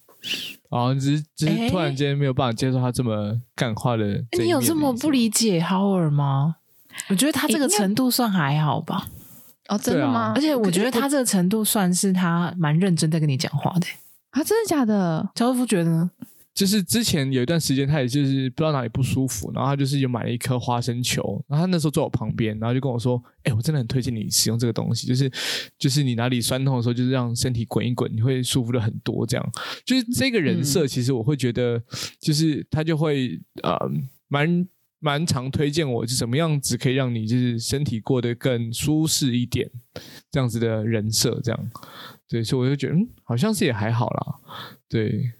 Speaker 1: 哦，只是只
Speaker 2: 哎
Speaker 1: 是突然间没有办法接受他这么干话的这一面。
Speaker 2: 你有这么不理解 Howard 吗？我觉得他这个
Speaker 3: 应该
Speaker 2: 程度算还好吧，
Speaker 3: 哦，真的
Speaker 1: 对啊
Speaker 3: 吗？
Speaker 2: 而且啊我觉得他这个程度算是他蛮认真在跟你讲话的。
Speaker 3: 啊，真的假的？
Speaker 2: 乔师傅觉得呢？
Speaker 1: 就是之前有一段时间，他也就是不知道哪里不舒服，然后他就是有买了一颗花生球，然后他那时候坐我旁边，然后就跟我说：“哎、我真的很推荐你使用这个东西，就是就是你哪里酸痛的时候，就是让身体滚一滚，你会舒服的很多。”这样，就是这个人设，其实我会觉得，就是他就会呃蛮。蛮常推荐我，就怎么样子可以让你就是身体过得更舒适一点，这样子的人设，这样，对，所以我就觉得，嗯，好像是也还好啦，对，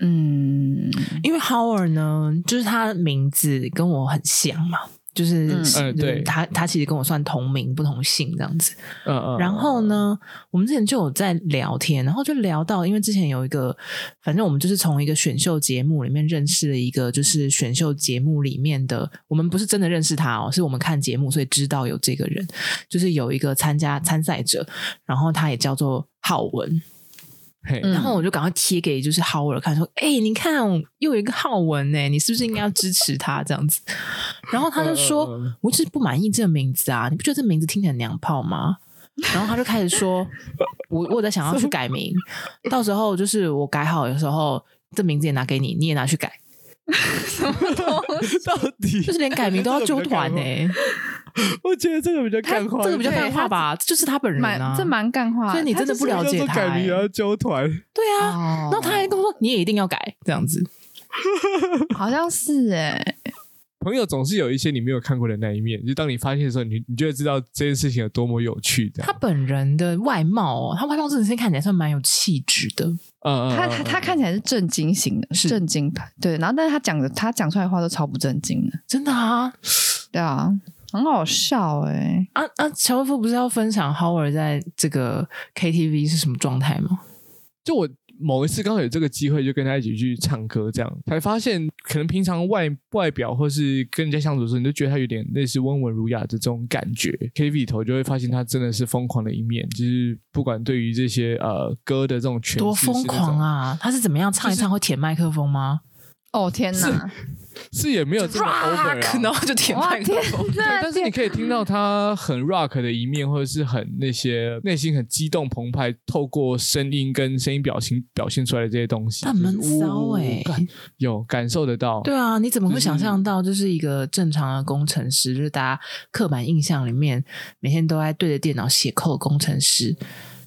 Speaker 3: 嗯，
Speaker 2: 因为 Howard 呢，就是他的名字跟我很像嘛，就是、
Speaker 3: 嗯
Speaker 1: 呃对
Speaker 2: 他他其实跟我算同名不同姓这样子。
Speaker 1: 嗯嗯。
Speaker 2: 然后呢，我们之前就有在聊天，然后就聊到，因为之前有一个，反正我们就是从一个选秀节目里面认识了一个，就是选秀节目里面的，我们不是真的认识他哦，是我们看节目所以知道有这个人，就是有一个参加参赛者，然后他也叫做浩文，
Speaker 1: 嘿，
Speaker 3: 嗯
Speaker 2: 然后我就赶快贴给就是浩文看，说：“哎、你看又有一个浩文呢、你是不是应该要支持他这样子？”然后他就说：“
Speaker 1: 嗯嗯嗯
Speaker 2: 我就是不满意这个名字啊，你不觉得这名字听起来娘炮吗？”然后他就开始说：“我我有在想要去改名，到时候就是我改好，有时候这名字也拿给你，你也拿去改，
Speaker 1: 到底
Speaker 2: 就是连改名都要纠团
Speaker 3: <laughs>
Speaker 2: 呢、
Speaker 1: 我觉得这个比较干话，
Speaker 2: 这个比较
Speaker 3: 对
Speaker 2: 干话吧，这就是他本人
Speaker 3: 蛮、
Speaker 2: 啊，
Speaker 3: 这蛮干话，
Speaker 2: 所以你真的不了
Speaker 1: 叫
Speaker 2: 解
Speaker 1: 做
Speaker 2: 他、
Speaker 1: 改名也
Speaker 2: 欸
Speaker 1: 要纠团，
Speaker 2: 对啊。
Speaker 3: 哦
Speaker 2: 然后他还跟我说：“你也一定要改，这样子。
Speaker 3: 好像是哎、
Speaker 1: 朋友总是有一些你没有看过的那一面，就当你发现的时候，你你就会知道这件事情有多么有趣。这
Speaker 2: 他
Speaker 1: 样，
Speaker 2: 本人的外貌哦，他外貌真的是看起来算蛮有气质的。
Speaker 1: 嗯嗯
Speaker 3: 他他他看起来是震惊型的，
Speaker 2: 是
Speaker 3: 震惊对，然后但是他讲的他讲出来的话都超不正经的，
Speaker 2: 真的啊，
Speaker 3: 对啊，很好笑哎、
Speaker 2: 啊啊！乔夫妇不是要分享 Howard 在这个 KTV 是什么状态吗？
Speaker 1: 就我某一次刚好有这个机会，就跟他一起去唱歌，这样才发现，可能平常外外表或是跟人家相处的时候，你就觉得他有点类似温文儒雅的这种感觉。K V 里头就会发现他真的是疯狂的一面，就是不管对于这些呃歌的这种诠释，
Speaker 2: 多疯狂！啊！他是怎么样唱一唱会舔麦克风吗
Speaker 3: 哦天哪！
Speaker 1: 是也没有这么
Speaker 2: Rock，
Speaker 1: over
Speaker 2: 然
Speaker 1: 啊。
Speaker 2: 后就舔
Speaker 3: 哇
Speaker 2: 麦克风。
Speaker 1: 对，
Speaker 3: 啊
Speaker 1: 但是你可以听到他很 rock 的一面，或者是很那些内心很激动澎湃，透过声音跟声音表情表现出来的这些东西，
Speaker 2: 但闷
Speaker 1: 就是呜
Speaker 2: 骚欸
Speaker 1: 干有感受得到。
Speaker 2: 对啊，你怎么会
Speaker 1: 就是
Speaker 2: 想象到，就是一个正常的工程师，就是大家刻板印象里面每天都在对着电脑写扣的工程师，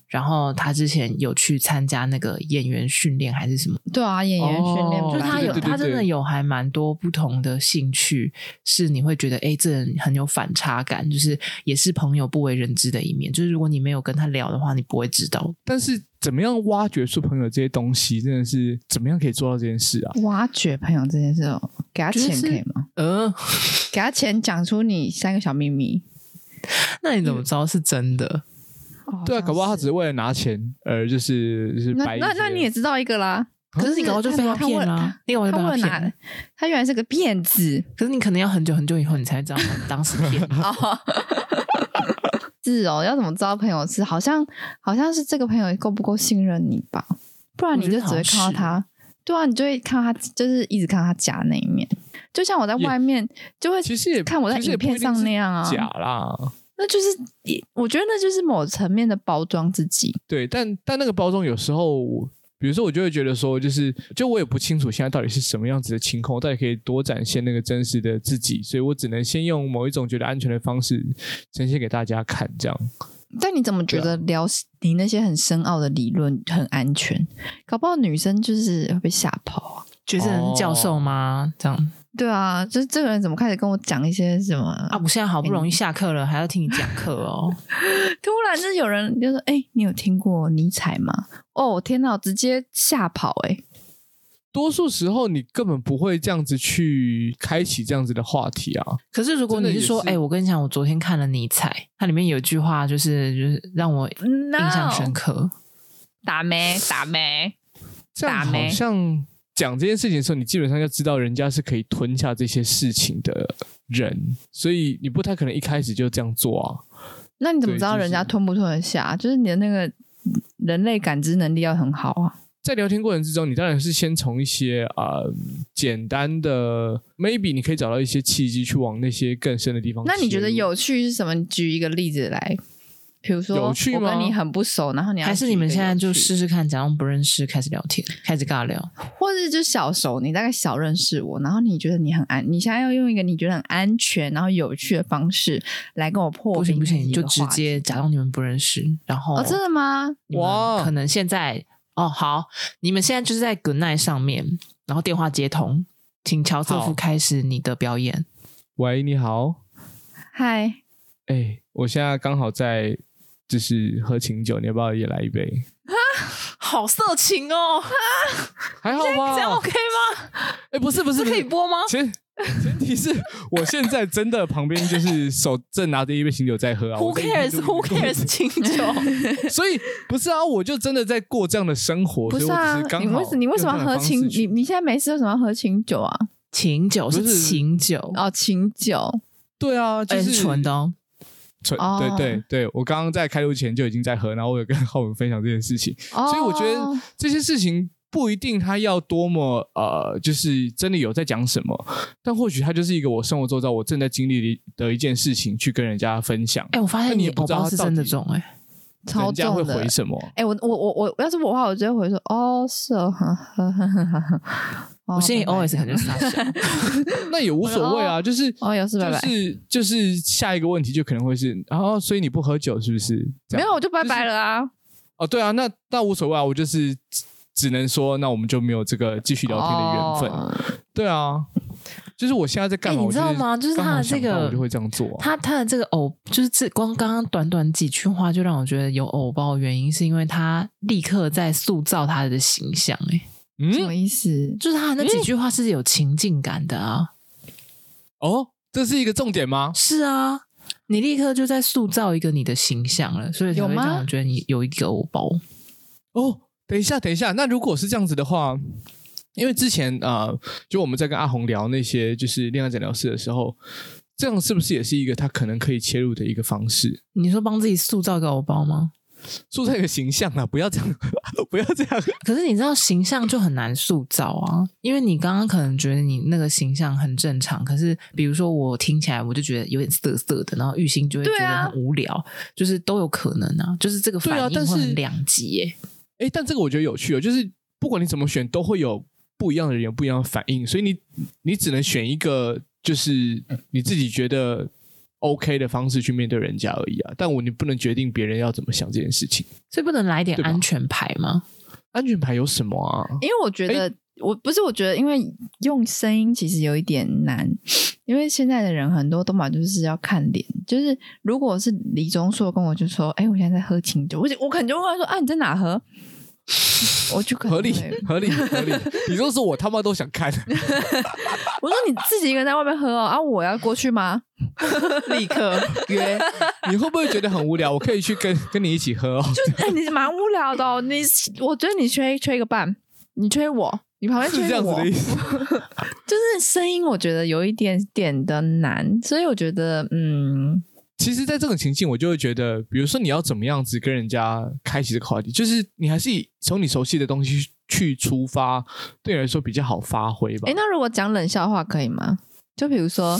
Speaker 2: 然后他之前有去参加那个演员训练还是什么，
Speaker 3: 对啊，演员训练班、
Speaker 1: 哦
Speaker 2: 就是他有
Speaker 1: 对对对
Speaker 2: 他真的有还蛮多不同的兴趣，是你会觉得哎，诶这人很有反差感，就是也是朋友不为人知的一面，就是如果你没有跟他聊的话，你不会知道。
Speaker 1: 但是怎么样挖掘出朋友这些东西，真的是怎么样可以做到这件事啊？
Speaker 3: 挖掘朋友这件事哦，给他钱
Speaker 2: 就是
Speaker 3: 可以吗？
Speaker 2: 呃， <laughs>
Speaker 3: 给他钱讲出你三个小秘密。
Speaker 2: 那你怎么知道是真的？
Speaker 3: 哦
Speaker 1: 对啊，
Speaker 3: 好像
Speaker 1: 搞不好他
Speaker 3: 是
Speaker 1: 只是为了拿钱而就是就是
Speaker 3: 那
Speaker 1: 白一
Speaker 3: 那那
Speaker 1: 些
Speaker 3: 你也知道一个啦，
Speaker 2: 可是你搞到就被他骗
Speaker 3: 他
Speaker 2: 啦
Speaker 3: 问，
Speaker 2: 你搞到
Speaker 3: 他
Speaker 2: 就被
Speaker 3: 问
Speaker 2: 骗了啊
Speaker 3: 哪？他原来是个骗子
Speaker 2: 可是你可能要很久很久以后，你才知道他当时骗 <laughs> 你
Speaker 3: 哦。是哦，要怎么知道朋友是？好像好像是这个朋友够不够信任你吧，不然你
Speaker 2: 我觉
Speaker 3: 就
Speaker 2: 得
Speaker 3: 只会看
Speaker 2: 好
Speaker 3: 到
Speaker 2: 是
Speaker 3: 他。对啊，你就会看到他，就是一直看到他假的那一面。就像我在
Speaker 1: 也
Speaker 3: 外面，就会
Speaker 1: 其实也
Speaker 3: 看我在
Speaker 1: 其实也
Speaker 3: 影
Speaker 1: 不一
Speaker 3: 片
Speaker 1: 定
Speaker 3: 上
Speaker 1: 是
Speaker 3: 那样啊，
Speaker 1: 假啦，
Speaker 3: 那就是也，我觉得那就是某层面的包装自己。
Speaker 1: 对，但但那个包装有时候我。比如说，我就会觉得说，就是就我也不清楚现在到底是什么样子的情况，我到底可以多展现那个真实的自己，所以我只能先用某一种觉得安全的方式呈现给大家看，这样。
Speaker 3: 但你怎么觉
Speaker 2: 啊
Speaker 3: 得聊你那些很深奥的理论很安全？搞不好女生就是会被吓跑啊。
Speaker 2: 觉得这人是教授吗？这样
Speaker 3: 对啊，就是这个人怎么开始跟我讲一些什么？
Speaker 2: 啊，我现在好不容易下课了，还要听你讲课哦。
Speaker 3: 突然就是有人就说：“哎、你有听过尼采吗？”哦，天哪，直接吓跑哎、
Speaker 1: 多数时候你根本不会这样子去开启这样子的话题啊。
Speaker 2: 可是如果你是说，
Speaker 1: 真的也
Speaker 2: 哎、
Speaker 1: 是
Speaker 2: 我跟你讲，我昨天看了尼采，它里面有一句话，就是就是让我嗯印象深
Speaker 3: No，
Speaker 2: 刻。
Speaker 3: 打没打没，
Speaker 1: 这样
Speaker 3: 打
Speaker 1: 好
Speaker 3: 没
Speaker 1: 像讲这件事情的时候，你基本上要知道人家是可以吞下这些事情的人，所以你不太可能一开始就这样做啊。
Speaker 3: 那你怎么
Speaker 1: 对
Speaker 3: 知道
Speaker 1: 就是
Speaker 3: 人家吞不吞得下？就是你的那个人类感知能力要很好啊。
Speaker 1: 在聊天过程之中，你当然是先从一些啊、呃简单的，maybe 你可以找到一些契机去往那些更深的地方切
Speaker 3: 那
Speaker 1: 入。
Speaker 3: 你觉得有趣是什么？你举一个例子来，比如说
Speaker 1: 有趣
Speaker 3: 我
Speaker 1: 吗
Speaker 3: 跟你很不熟，然后你要
Speaker 2: 还是
Speaker 3: 举
Speaker 2: 你们
Speaker 3: 一个
Speaker 2: 现在
Speaker 3: 有
Speaker 2: 就
Speaker 3: 趣，
Speaker 2: 试试看，假装不认识，开始聊天，开始尬聊。
Speaker 3: 或者就小熟，你大概小认识我，然后你觉得你很安，你现在要用一个你觉得很安全然后有趣的方式来跟我破
Speaker 2: 不
Speaker 3: 冰
Speaker 2: 行不行，
Speaker 3: 你
Speaker 2: 你
Speaker 3: 的
Speaker 2: 就直
Speaker 3: 话题
Speaker 2: 接假装你们不认识，然后
Speaker 3: 哦，真的吗？
Speaker 1: 哇
Speaker 2: 哇，可能现在哦，好，你们现在就是在 Good Night 上面，然后电话接通，请乔瑟
Speaker 1: 好
Speaker 2: 夫开始你的表演。
Speaker 1: 喂，你好，
Speaker 3: 嗨，
Speaker 1: 哎、我现在刚好在就是喝清酒，你要不要也来一杯？
Speaker 2: 好色情哦，
Speaker 1: 还好吧？
Speaker 2: 吗？
Speaker 1: 哎、不是不是，不是
Speaker 2: 播吗？
Speaker 1: 前前提是我现在真的旁边就是手正拿着一杯醒酒在喝啊我在一边录音 <laughs>
Speaker 2: 清 <laughs> 酒？
Speaker 1: 所以不是啊，我就真的在过这样的生活，所
Speaker 3: 不
Speaker 1: 以
Speaker 3: 是
Speaker 1: 我
Speaker 3: 啊
Speaker 1: 只是，刚
Speaker 3: 你
Speaker 1: 好
Speaker 3: 为什你为什么要
Speaker 1: 用这样
Speaker 3: 喝
Speaker 1: 的方
Speaker 3: 清？
Speaker 1: 式去
Speaker 3: 你你现在没事为什么要喝清酒啊？
Speaker 2: 清酒
Speaker 1: 不是
Speaker 2: 是清酒，
Speaker 3: 哦，清酒，
Speaker 1: 对啊，就
Speaker 2: 而且是纯的哦。
Speaker 1: 纯
Speaker 3: 哦
Speaker 1: 对对对，我刚刚在开录前就已经在喝，然后我有跟浩文分享这件事情，
Speaker 3: 哦，
Speaker 1: 所以我觉得这些事情不一定他要多么呃，就是真的有在讲什么，但或许它就是一个我生活周遭我正在经历的一件事情，去跟人家分享，
Speaker 2: 哎，我发
Speaker 1: 那
Speaker 2: 现
Speaker 1: 你也不
Speaker 2: 偶
Speaker 1: 知道
Speaker 2: 包
Speaker 1: 它
Speaker 2: 是
Speaker 1: 到
Speaker 2: 真的
Speaker 1: 底
Speaker 2: 重哎，
Speaker 3: 超
Speaker 1: 人家会
Speaker 3: 重的
Speaker 1: 回。什么？
Speaker 3: 哎、我我我我，要是我的话，我直接回说，哦，是哦，呵呵呵呵呵哦
Speaker 2: 我心里
Speaker 3: 拜拜
Speaker 2: always 感觉傻笑。
Speaker 1: 那也无所谓啊，就是
Speaker 3: 哦，有事拜拜，
Speaker 1: 就是就是下一个问题就可能会是，然、后所以你不喝酒是不是？这
Speaker 3: 没
Speaker 1: 样
Speaker 3: 有我就拜拜了啊。
Speaker 1: 哦，对啊，那那无所谓啊，我就是只只能说，那我们就没有这个继续聊天的缘分。
Speaker 3: 哦
Speaker 1: 对啊，就是我现在在干嘛？
Speaker 2: 哎你
Speaker 1: 我
Speaker 2: 知道吗就是
Speaker 1: 刚
Speaker 2: 他
Speaker 1: 好
Speaker 2: 的
Speaker 1: 想
Speaker 2: 这
Speaker 1: 到
Speaker 2: 个
Speaker 1: 我就会这样做、啊。
Speaker 2: 他他的这个偶就是这光刚刚短短几句话就让我觉得有偶包的原因，是因为他立刻在塑造他的形象、欸，
Speaker 3: 什么
Speaker 1: 嗯，
Speaker 3: 意思？
Speaker 2: 就是他的那几句话是有情境感的啊。
Speaker 1: 哦，这是一个重点吗？
Speaker 2: 是啊，你立刻就在塑造一个你的形象了，所以才
Speaker 3: 有
Speaker 2: 会
Speaker 3: 吗
Speaker 2: 让我觉得你有一个偶包。
Speaker 1: 哦，等一下，等一下，那如果是这样子的话，因为之前啊、呃就我们在跟阿红聊那些就是恋爱诊疗室的时候，这样是不是也是一个他可能可以切入的一个方式？
Speaker 2: 你说帮自己塑造一个偶包吗？
Speaker 1: 塑造一个形象啊，不要这样， <laughs> 不要这样。
Speaker 2: 可是你知道形象就很难塑造啊，因为你刚刚可能觉得你那个形象很正常，可是比如说我听起来我就觉得有点涩涩的，然后玉兴就会觉
Speaker 3: 对
Speaker 2: 得
Speaker 3: 啊
Speaker 2: 很无聊，就是都有可能啊，就是这个
Speaker 1: 对啊
Speaker 2: 反
Speaker 1: 但
Speaker 2: 应
Speaker 1: 是
Speaker 2: 会很两极
Speaker 3: 啊
Speaker 2: 耶、
Speaker 1: 哎，但这个我觉得有趣哦，就是不管你怎么选，都会有不一样的人有不一样的反应，所以你你只能选一个，就是你自己觉得 OK 的方式去面对人家而已啊。但我你不能决定别人要怎么想这件事情。
Speaker 2: 所以不能来点
Speaker 1: 对吧
Speaker 2: 安全牌吗？
Speaker 3: 啊
Speaker 1: 安全牌有什么啊？
Speaker 3: 因为我觉得，我不是我觉得，因为用声音其实有一点难，因为现在的人很多都嘛就是要看脸，就是如果是李钟硕跟我就说，哎、我现在在喝清酒，我就我可能就会问他说，啊，你在哪喝？ <laughs> 我就可能
Speaker 1: 合理
Speaker 3: 会，
Speaker 1: 合理，合理。你说是我他妈都想看，
Speaker 3: 我说你自己一个人在外面喝哦，啊，我要过去吗？ <laughs> <laughs> 立刻约，
Speaker 1: 你会不会觉得很无聊？我可以去跟跟你一起喝哦。
Speaker 3: 哎、你蛮无聊的、哦，你我觉得你缺缺一个伴，你缺我，你旁边缺
Speaker 1: 是这样子
Speaker 3: 我
Speaker 1: 的意思。
Speaker 3: 就是声音，我觉得有一点点的难，所以我觉得，嗯，
Speaker 1: 其实，在这种情境，我就会觉得，比如说你要怎么样子跟人家开启这个话题，就是你还是以从你熟悉的东西去出发，对你来说比较好发挥吧
Speaker 3: 诶，。那如果讲冷笑话可以吗？就比如 <sighs> 说，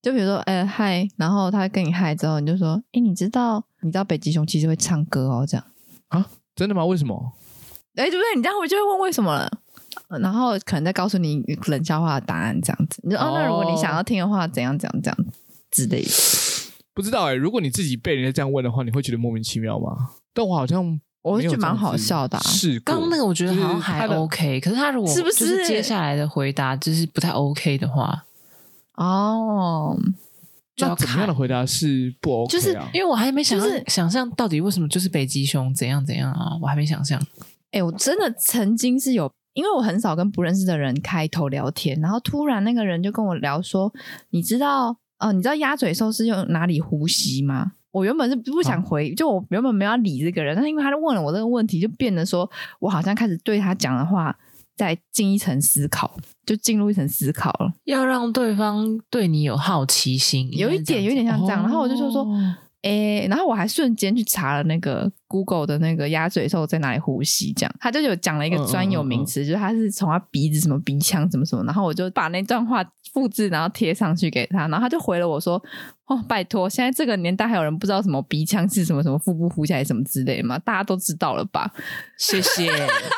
Speaker 3: 就比如说，呃，嗨，然后他跟你嗨之后，你就说，诶，你知道，你知道北极熊其实会唱歌哦，这样，
Speaker 1: 真的吗？为什么？
Speaker 3: 诶，对不对？你这样我就会问为什么了。呃然后可能再告诉你冷笑话的答案，这样子。你说哦，那如果你想要听的话，怎样怎样怎样之类的。
Speaker 1: 不知道哎、如果你自己被人家这样问的话，你会觉得莫名其妙吗？但我好像
Speaker 3: 我
Speaker 1: 没有
Speaker 3: 觉得
Speaker 1: 这样
Speaker 3: 蛮
Speaker 1: 子
Speaker 3: 好笑的啊
Speaker 1: 试过
Speaker 2: 刚刚那个我觉得好像还哦
Speaker 1: 就是他的
Speaker 2: OK，可是他如果
Speaker 3: 是不
Speaker 2: 就是是接下来的回答就是不太 OK 的话，
Speaker 3: 哦，
Speaker 2: 就要
Speaker 1: 那怎么样的
Speaker 2: 看。
Speaker 1: 回答是不 OK 啊？
Speaker 3: 就是
Speaker 2: 因为我还没想、
Speaker 3: 就是
Speaker 2: 想象到底为什么就是北极熊怎样怎样啊，我还没想象。
Speaker 3: 哎、我真的曾经是有，因为我很少跟不认识的人开头聊天，然后突然那个人就跟我聊说：“你知道，呃，你知道鸭嘴兽是用哪里呼吸吗？”我原本是不想回，就我原本没有要理这个人，但是因为他问了我这个问题，就变得说我好像开始对他讲的话再进一层思考，就进入一层思考了。
Speaker 2: 要让对方对你有好奇心，
Speaker 3: 有一点有一点像这样然后我就说说诶，然后我还瞬间去查了那个 Google 的那个鸭嘴兽在哪里呼吸，这样他就有讲了一个
Speaker 1: 嗯嗯
Speaker 3: 专有
Speaker 1: 嗯
Speaker 3: 名
Speaker 1: 嗯
Speaker 3: 词，就是它是从他鼻子什么鼻腔什么什么，然后我就把那段话复制然后贴上去给他，然后他就回了我说：“哦，拜托，现在这个年代还有人不知道什么鼻腔是什么什么腹部呼起来什么之类吗？大家都知道了吧
Speaker 2: 谢谢，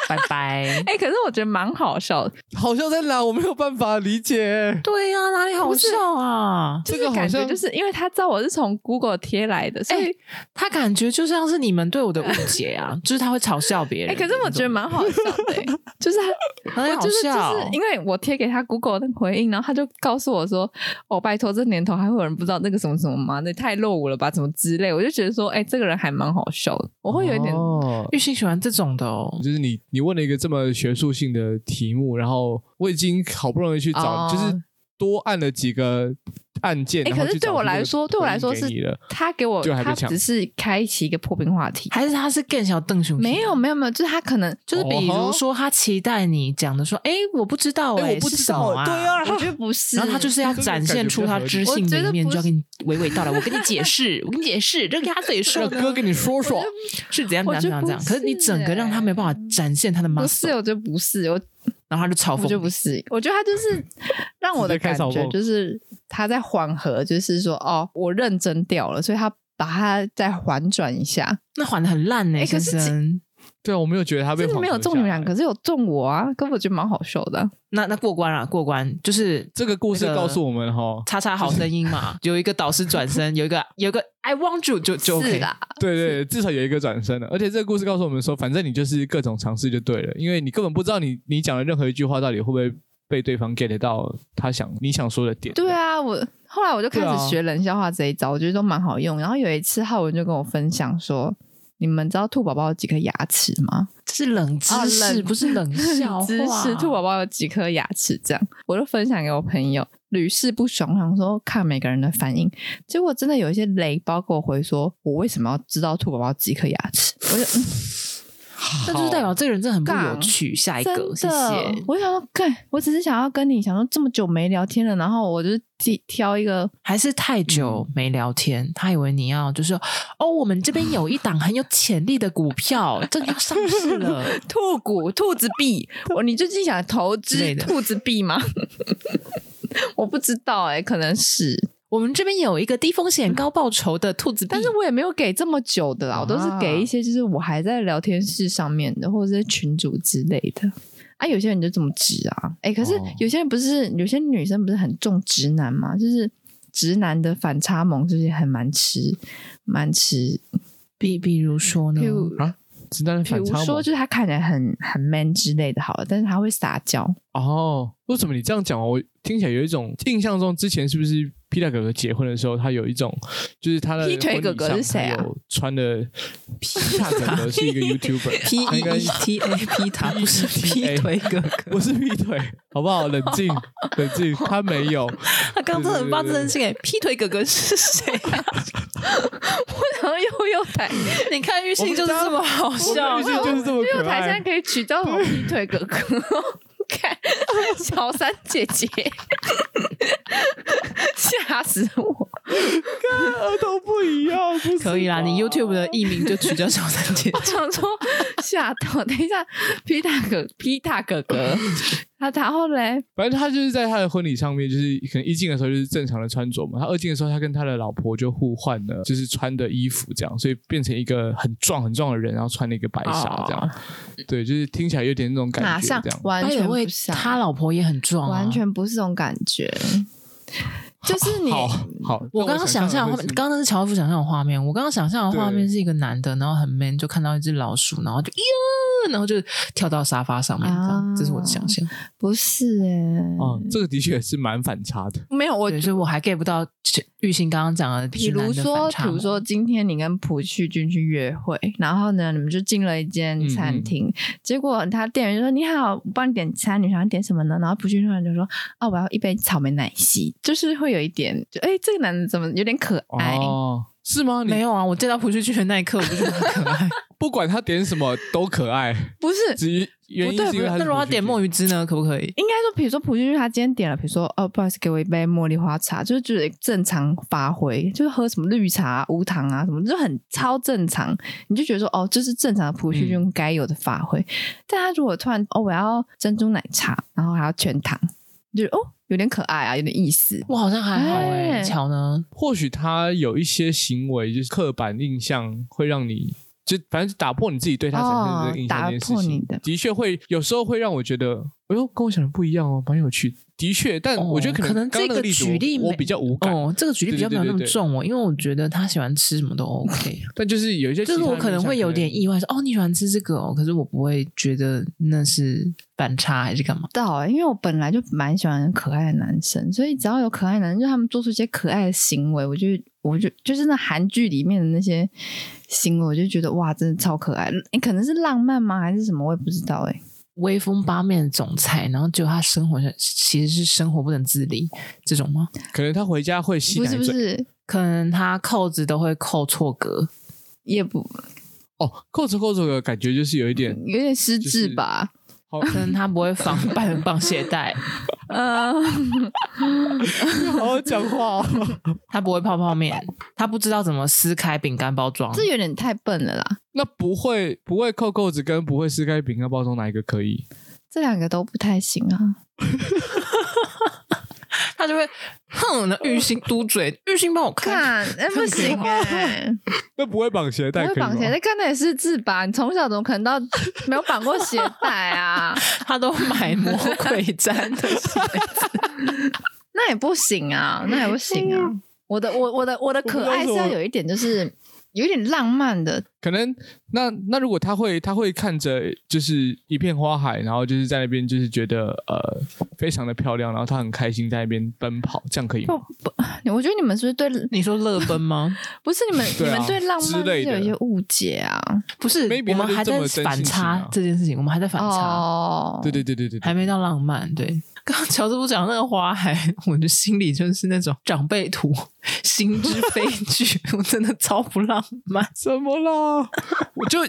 Speaker 2: 拜
Speaker 3: <laughs>
Speaker 2: 拜？”。
Speaker 3: 哎，可是我觉得蛮好笑的，
Speaker 1: 好笑在哪？我没有办法理解。欸
Speaker 2: 对呀、哪里好笑啊？
Speaker 3: 就
Speaker 1: 这个
Speaker 3: 是
Speaker 1: 好
Speaker 3: 感觉
Speaker 1: 像
Speaker 3: 就是因为他知道我是从 Google 贴来的，所以
Speaker 2: 哎他感觉就像是你们对我的误解啊，就是他会嘲笑别人。
Speaker 3: 哎、可是我觉得蛮好笑的、欸，就是他
Speaker 2: 很
Speaker 1: 哎
Speaker 3: 我
Speaker 2: 好
Speaker 3: 就是就
Speaker 2: 笑
Speaker 1: 哦
Speaker 3: 是因为我贴给他 Google 的回应，然后他就告诉我说：“哦，拜托，这年头还会有人不知道那个什么什么吗？那也太落伍了吧，怎么之类。”我就觉得说，哎、这个人还蛮好笑的，我会有一点、
Speaker 1: 哦
Speaker 2: 玉兴喜欢这种的哦。
Speaker 1: 就是你你问了一个这么学术性的题目，然后我已经好不容易去找，
Speaker 3: 哦
Speaker 1: 就是多按了几个按键。
Speaker 3: 哎
Speaker 1: 然后
Speaker 3: 可是
Speaker 1: 去找
Speaker 3: 对我
Speaker 1: 出那
Speaker 3: 来
Speaker 1: 个
Speaker 3: 说对我来说
Speaker 1: 回应给
Speaker 3: 是
Speaker 1: 你了
Speaker 3: 他给我，
Speaker 1: 就还被
Speaker 3: 他
Speaker 1: 抢
Speaker 3: 只是开启一个破冰话题，
Speaker 2: 还是他是更小邓熊？
Speaker 3: 没有，没有没有，就是他可能
Speaker 2: 就是比如说他期待你讲的说，哎，我不知道，
Speaker 1: 哎
Speaker 2: 哎，
Speaker 1: 我不
Speaker 2: 是
Speaker 1: 知
Speaker 2: 什
Speaker 1: 道
Speaker 2: 么啊，
Speaker 1: 对啊
Speaker 3: 我觉得不是，
Speaker 2: 然后他就是要展现出他知性的一面，就要跟你娓娓道来。我跟你解释，我跟你解释，这个鸭嘴兽
Speaker 1: <laughs> 让
Speaker 2: 呢
Speaker 1: 哥跟你说说，
Speaker 2: <laughs> 是怎样怎样怎样怎样。可是欸你整个让他没办法展现他的
Speaker 3: 不
Speaker 2: muscle，
Speaker 3: 是，我觉得不是，我
Speaker 1: 哦
Speaker 2: 然后他就嘲
Speaker 3: 我觉得
Speaker 2: 讽。
Speaker 3: 不是，我觉得他就是
Speaker 1: <laughs>
Speaker 3: 让我的感
Speaker 1: 直接开
Speaker 3: 觉
Speaker 1: 扫
Speaker 3: 就是他在缓和，就是说哦，我认真掉了，所以他把它再婉转一下。
Speaker 2: 那还的很烂呢、
Speaker 3: 哎可
Speaker 2: 先
Speaker 3: 是
Speaker 2: 生。
Speaker 1: <laughs> 对啊，我没有觉得他被
Speaker 3: 就是没有
Speaker 1: 缓和
Speaker 3: 中你们
Speaker 1: 下来
Speaker 3: 俩，可是有中我啊，可我觉得蛮好笑的啊、
Speaker 2: 那那过关了，过关就是
Speaker 1: 这个故事
Speaker 2: 那个
Speaker 1: 告诉我们哈，
Speaker 2: 叉叉好声音
Speaker 1: <laughs>
Speaker 2: 嘛，有一个导师转身，有一个有一个 I want you 就就 OK
Speaker 3: 是。啦，
Speaker 1: 对对，对至少有一个转身了。而且这个故事告诉我们说，反正你就是各种尝试就对了，因为你根本不知道你你讲的任何一句话到底会不会被对方 get 到他想你想说的点。
Speaker 3: 对啊，我后来我就开
Speaker 1: 对啊
Speaker 3: 始学冷笑话这一招，我觉得都蛮好用。然后有一次浩文就跟我分享说。你们知道兔宝宝有几颗牙齿吗？
Speaker 2: 这是冷知
Speaker 3: 啊
Speaker 2: 识，
Speaker 3: 冷
Speaker 2: <laughs> 不是冷笑话。
Speaker 3: <laughs> 知识，兔宝宝有几颗牙齿？这样，我就分享给我朋友。屡试不爽，想说看每个人的反应。结果真的有一些雷包给我回说，我为什么要知道兔宝宝几颗牙齿？我就、嗯、
Speaker 2: 那就是代表这个人真的很不
Speaker 3: 尬
Speaker 2: 有趣。下一
Speaker 3: 真
Speaker 2: 个，
Speaker 3: 的，
Speaker 2: 谢谢。
Speaker 3: 我想要干，我只是想要跟你想说这么久没聊天了，然后我就自己挑一个
Speaker 2: 还是太久没聊天，他以为你要就是哦，我们这边有一档很有潜力的股票，这个要上市了，
Speaker 3: <laughs>
Speaker 2: <laughs>
Speaker 3: 兔骨、 <laughs> 兔子币，我你最近想投
Speaker 2: 之类
Speaker 3: 资
Speaker 2: 的
Speaker 3: 兔子币吗？ <laughs> 我不知道哎、可能是，
Speaker 2: 我们这边有一个低风险高报酬的兔子币，
Speaker 3: 但是我也没有给这么久的啦，我都是给一些就是我还在聊天室上面的，或者是群组之类的。啊，有些人就这么直啊，哎、可是
Speaker 1: 哦
Speaker 3: 有些人不是，有些女生不是很重直男吗？就是直男的反差萌，就是还蛮吃，蛮吃。
Speaker 2: 比比如说呢
Speaker 3: 譬，如，
Speaker 1: 啊，直男的
Speaker 3: 比
Speaker 1: 反
Speaker 3: 如
Speaker 1: 差
Speaker 3: 说，
Speaker 1: 萌
Speaker 3: 就是他看起来很很 man 之类的，好了，但是他会撒娇， <laughs>
Speaker 1: 哦。为什么你这样讲？我听起来有一种印象中，之前是不是皮蛋哥哥结婚的时候，他有一种就是他的
Speaker 3: 劈腿哥哥
Speaker 1: 婚礼上
Speaker 3: 是谁啊
Speaker 1: 他有穿的皮蛋哥哥是一个 YouTuber，
Speaker 2: P
Speaker 1: 他
Speaker 2: E
Speaker 1: 应该
Speaker 2: E T A P 他不是
Speaker 1: PETA
Speaker 2: P 腿哥哥，
Speaker 1: 不是劈腿，好不好？冷静， <laughs> 冷静，他没有。
Speaker 2: 他刚刚真的很发自真心哎，P 腿哥哥是谁 <laughs> 啊？
Speaker 3: 然后悠悠
Speaker 1: <laughs>
Speaker 3: 台，
Speaker 2: 你看玉信就是这么好笑
Speaker 1: 我们，的就是这么
Speaker 3: 悠
Speaker 1: 可
Speaker 3: 悠台现在
Speaker 1: 爱。
Speaker 3: 可以取叫什么劈腿哥 <laughs> 哥？看小三姐姐， <laughs> 吓死我！
Speaker 1: 儿童啊不一样，不是
Speaker 2: 可以啦，
Speaker 1: 吧
Speaker 2: 你 YouTube 的艺名就取叫小三姐姐 <laughs>
Speaker 3: 我。想说吓到，等一下，皮塔哥，皮塔
Speaker 1: <laughs>
Speaker 3: 哥哥，他然后嘞，
Speaker 1: 反正他就是在他的婚礼上面，就是可能一进的时候就是正常的穿着嘛，他二进的时候他跟他的老婆就互换了，就是穿的衣服这样，所以变成一个很壮很壮的人，然后穿了一个白
Speaker 2: 哦
Speaker 1: 纱这样，对，就是听起来有点那种感
Speaker 3: 马
Speaker 1: 觉
Speaker 3: 上
Speaker 1: 这样。
Speaker 3: 完全不
Speaker 2: 位
Speaker 3: 像，
Speaker 2: 他老婆也很壮、啊
Speaker 3: 完。全不是这种感觉，
Speaker 1: <laughs>
Speaker 3: 就是你
Speaker 1: 好好，
Speaker 2: 我刚刚想象的
Speaker 1: 的
Speaker 2: 画
Speaker 1: 会
Speaker 2: 面，
Speaker 1: 是
Speaker 2: 刚刚是乔夫想象的画面。我刚刚想象的画面
Speaker 1: 对
Speaker 2: 是一个男的，然后很 man，就看到一只老鼠，然后就哟，然后就跳到沙发上面，这样
Speaker 3: 啊
Speaker 2: 这是我的想象。
Speaker 3: 不是哎、
Speaker 1: 哦，这个的确是蛮反差的。
Speaker 3: 没有我
Speaker 2: 对，所以我还 get 不到玉兴刚刚讲的，
Speaker 3: 比如说，比如，说，今天你跟朴叙俊去约会，然后呢，你们就进了一间餐厅，结果他店员就说：“你好，我帮你点餐，你想要点什么呢？”然后朴叙俊就说：“啊，我要一杯草莓奶昔。”就是会有一点，就哎、这个男的怎么有点可爱？
Speaker 1: 哦，是吗？
Speaker 2: 哎没
Speaker 1: 你
Speaker 2: 有啊，我见到朴叙俊的那一刻，我就觉得很可爱。
Speaker 1: 不管他点什么都可
Speaker 2: <laughs>
Speaker 1: 爱，
Speaker 3: 不是，
Speaker 1: 至于 <laughs> 原
Speaker 2: 不
Speaker 1: 因
Speaker 2: 对，
Speaker 1: 是
Speaker 2: 不
Speaker 1: 因为
Speaker 2: 对
Speaker 1: 他
Speaker 2: 那
Speaker 1: 是
Speaker 2: 如果他
Speaker 1: 同
Speaker 2: 点
Speaker 1: 居
Speaker 2: 墨鱼汁呢，可不可以？
Speaker 3: 应该说，比如说朴叙俊他今天点了，比如说哦，不好意思，给我一杯茉莉花茶，就是觉得正常发挥，就是喝什么绿茶、无糖啊什么，就很超正常，你就觉得说哦，这是正常的朴叙俊该有的发挥。但他如果突然哦，我要珍珠奶茶，然后还要全糖，就觉得哦，有点可爱啊，有点意思。
Speaker 2: 我好像还好哎、
Speaker 3: 哎
Speaker 2: 乔呢？
Speaker 1: 或许他有一些行为就是刻板印象，会让你就反正打破你自己对他产生的这个印象
Speaker 3: 哦
Speaker 1: 这件事
Speaker 3: 打破
Speaker 1: 情，
Speaker 3: 你的
Speaker 1: 确会有时候会让我觉得，哎呦，跟我想的不一样哦，蛮有趣的。的确，但
Speaker 2: 哦
Speaker 1: 我觉得
Speaker 2: 可能
Speaker 1: 能刚刚那
Speaker 2: 这个
Speaker 1: 例子
Speaker 2: 举例
Speaker 1: 我我
Speaker 2: 没
Speaker 1: 比较无感，
Speaker 2: 哦，这个举例比较没有那
Speaker 1: 对
Speaker 2: 么
Speaker 1: 对对对对
Speaker 2: 重哦，因为我觉得他喜欢吃什么都 OK。
Speaker 1: <laughs> 但就是有一些
Speaker 2: 就是我可能会有点
Speaker 1: 外。
Speaker 2: 意外说，哦，你喜欢吃这个哦，可是我不会觉得那是反差还是干嘛。
Speaker 3: 啊
Speaker 2: 威风八面的总裁，然后结果他生活上其实是生活不能自理这种吗？
Speaker 1: 可能他回家会吸
Speaker 3: 不
Speaker 1: 奶
Speaker 3: 是
Speaker 1: 嘴
Speaker 3: 不是，
Speaker 2: 可能他扣子都会扣错格，
Speaker 3: 也不
Speaker 1: 哦，扣着扣着的感觉就是有一点
Speaker 3: 有点失
Speaker 1: 就是
Speaker 3: 智吧。
Speaker 1: 好。
Speaker 2: 可能他不会 <laughs> 绑绑绑鞋带，
Speaker 1: <laughs>
Speaker 3: 嗯、
Speaker 1: 好好讲话哦。
Speaker 2: 他不会泡泡面，他不知道怎么撕开饼干包装。
Speaker 3: 这有点太笨了啦。
Speaker 1: 那不会不会扣扣子跟不会撕开饼干包装哪一个可以？
Speaker 3: 这两个都不太行啊，
Speaker 2: 他就会哼，那玉兴嘟嘴，玉兴帮我看。
Speaker 3: 看那、不行哎、
Speaker 1: <laughs> 那不会绑鞋带可
Speaker 3: 不会
Speaker 1: 以吗？
Speaker 3: 绑鞋带，看那也是智吧？你从小怎么可能到 <laughs> 没有绑过鞋带啊？
Speaker 2: 他都买魔鬼毡的 <laughs> 鞋
Speaker 3: 那也不行啊，那也不行啊！我的我我的我的
Speaker 1: 哎不知道
Speaker 3: 可爱是要
Speaker 1: 为什么
Speaker 3: 有一点，就是有一点浪漫的，
Speaker 1: 可能那那如果他会他会看着就是一片花海，然后就是在那边就是觉得呃非常的漂亮，然后他很开心在那边奔跑，这样可以吗？
Speaker 3: 我觉得你们是不是对
Speaker 2: 你说乐奔吗？
Speaker 3: 不是你们、
Speaker 1: <laughs> 对
Speaker 3: 你
Speaker 1: 啊
Speaker 3: 们对浪漫
Speaker 1: 之类
Speaker 3: 是
Speaker 1: 的
Speaker 3: 有一些误解啊？
Speaker 2: 不是
Speaker 1: Maybe
Speaker 2: 我们
Speaker 1: 他就这么
Speaker 2: 还在
Speaker 1: 真性
Speaker 2: 反
Speaker 1: 情
Speaker 2: 差
Speaker 1: 啊
Speaker 2: 这件事情，我们还在反差，<laughs>
Speaker 3: 哦，
Speaker 1: 对对对对对对，
Speaker 2: 还没到浪漫。对，刚刚乔治部长那个花海， <laughs> 我的心里就是那种长辈图，心之悲剧， <laughs> 我真的超不浪漫。
Speaker 3: <laughs>
Speaker 1: 怎么啦？ <laughs> 我就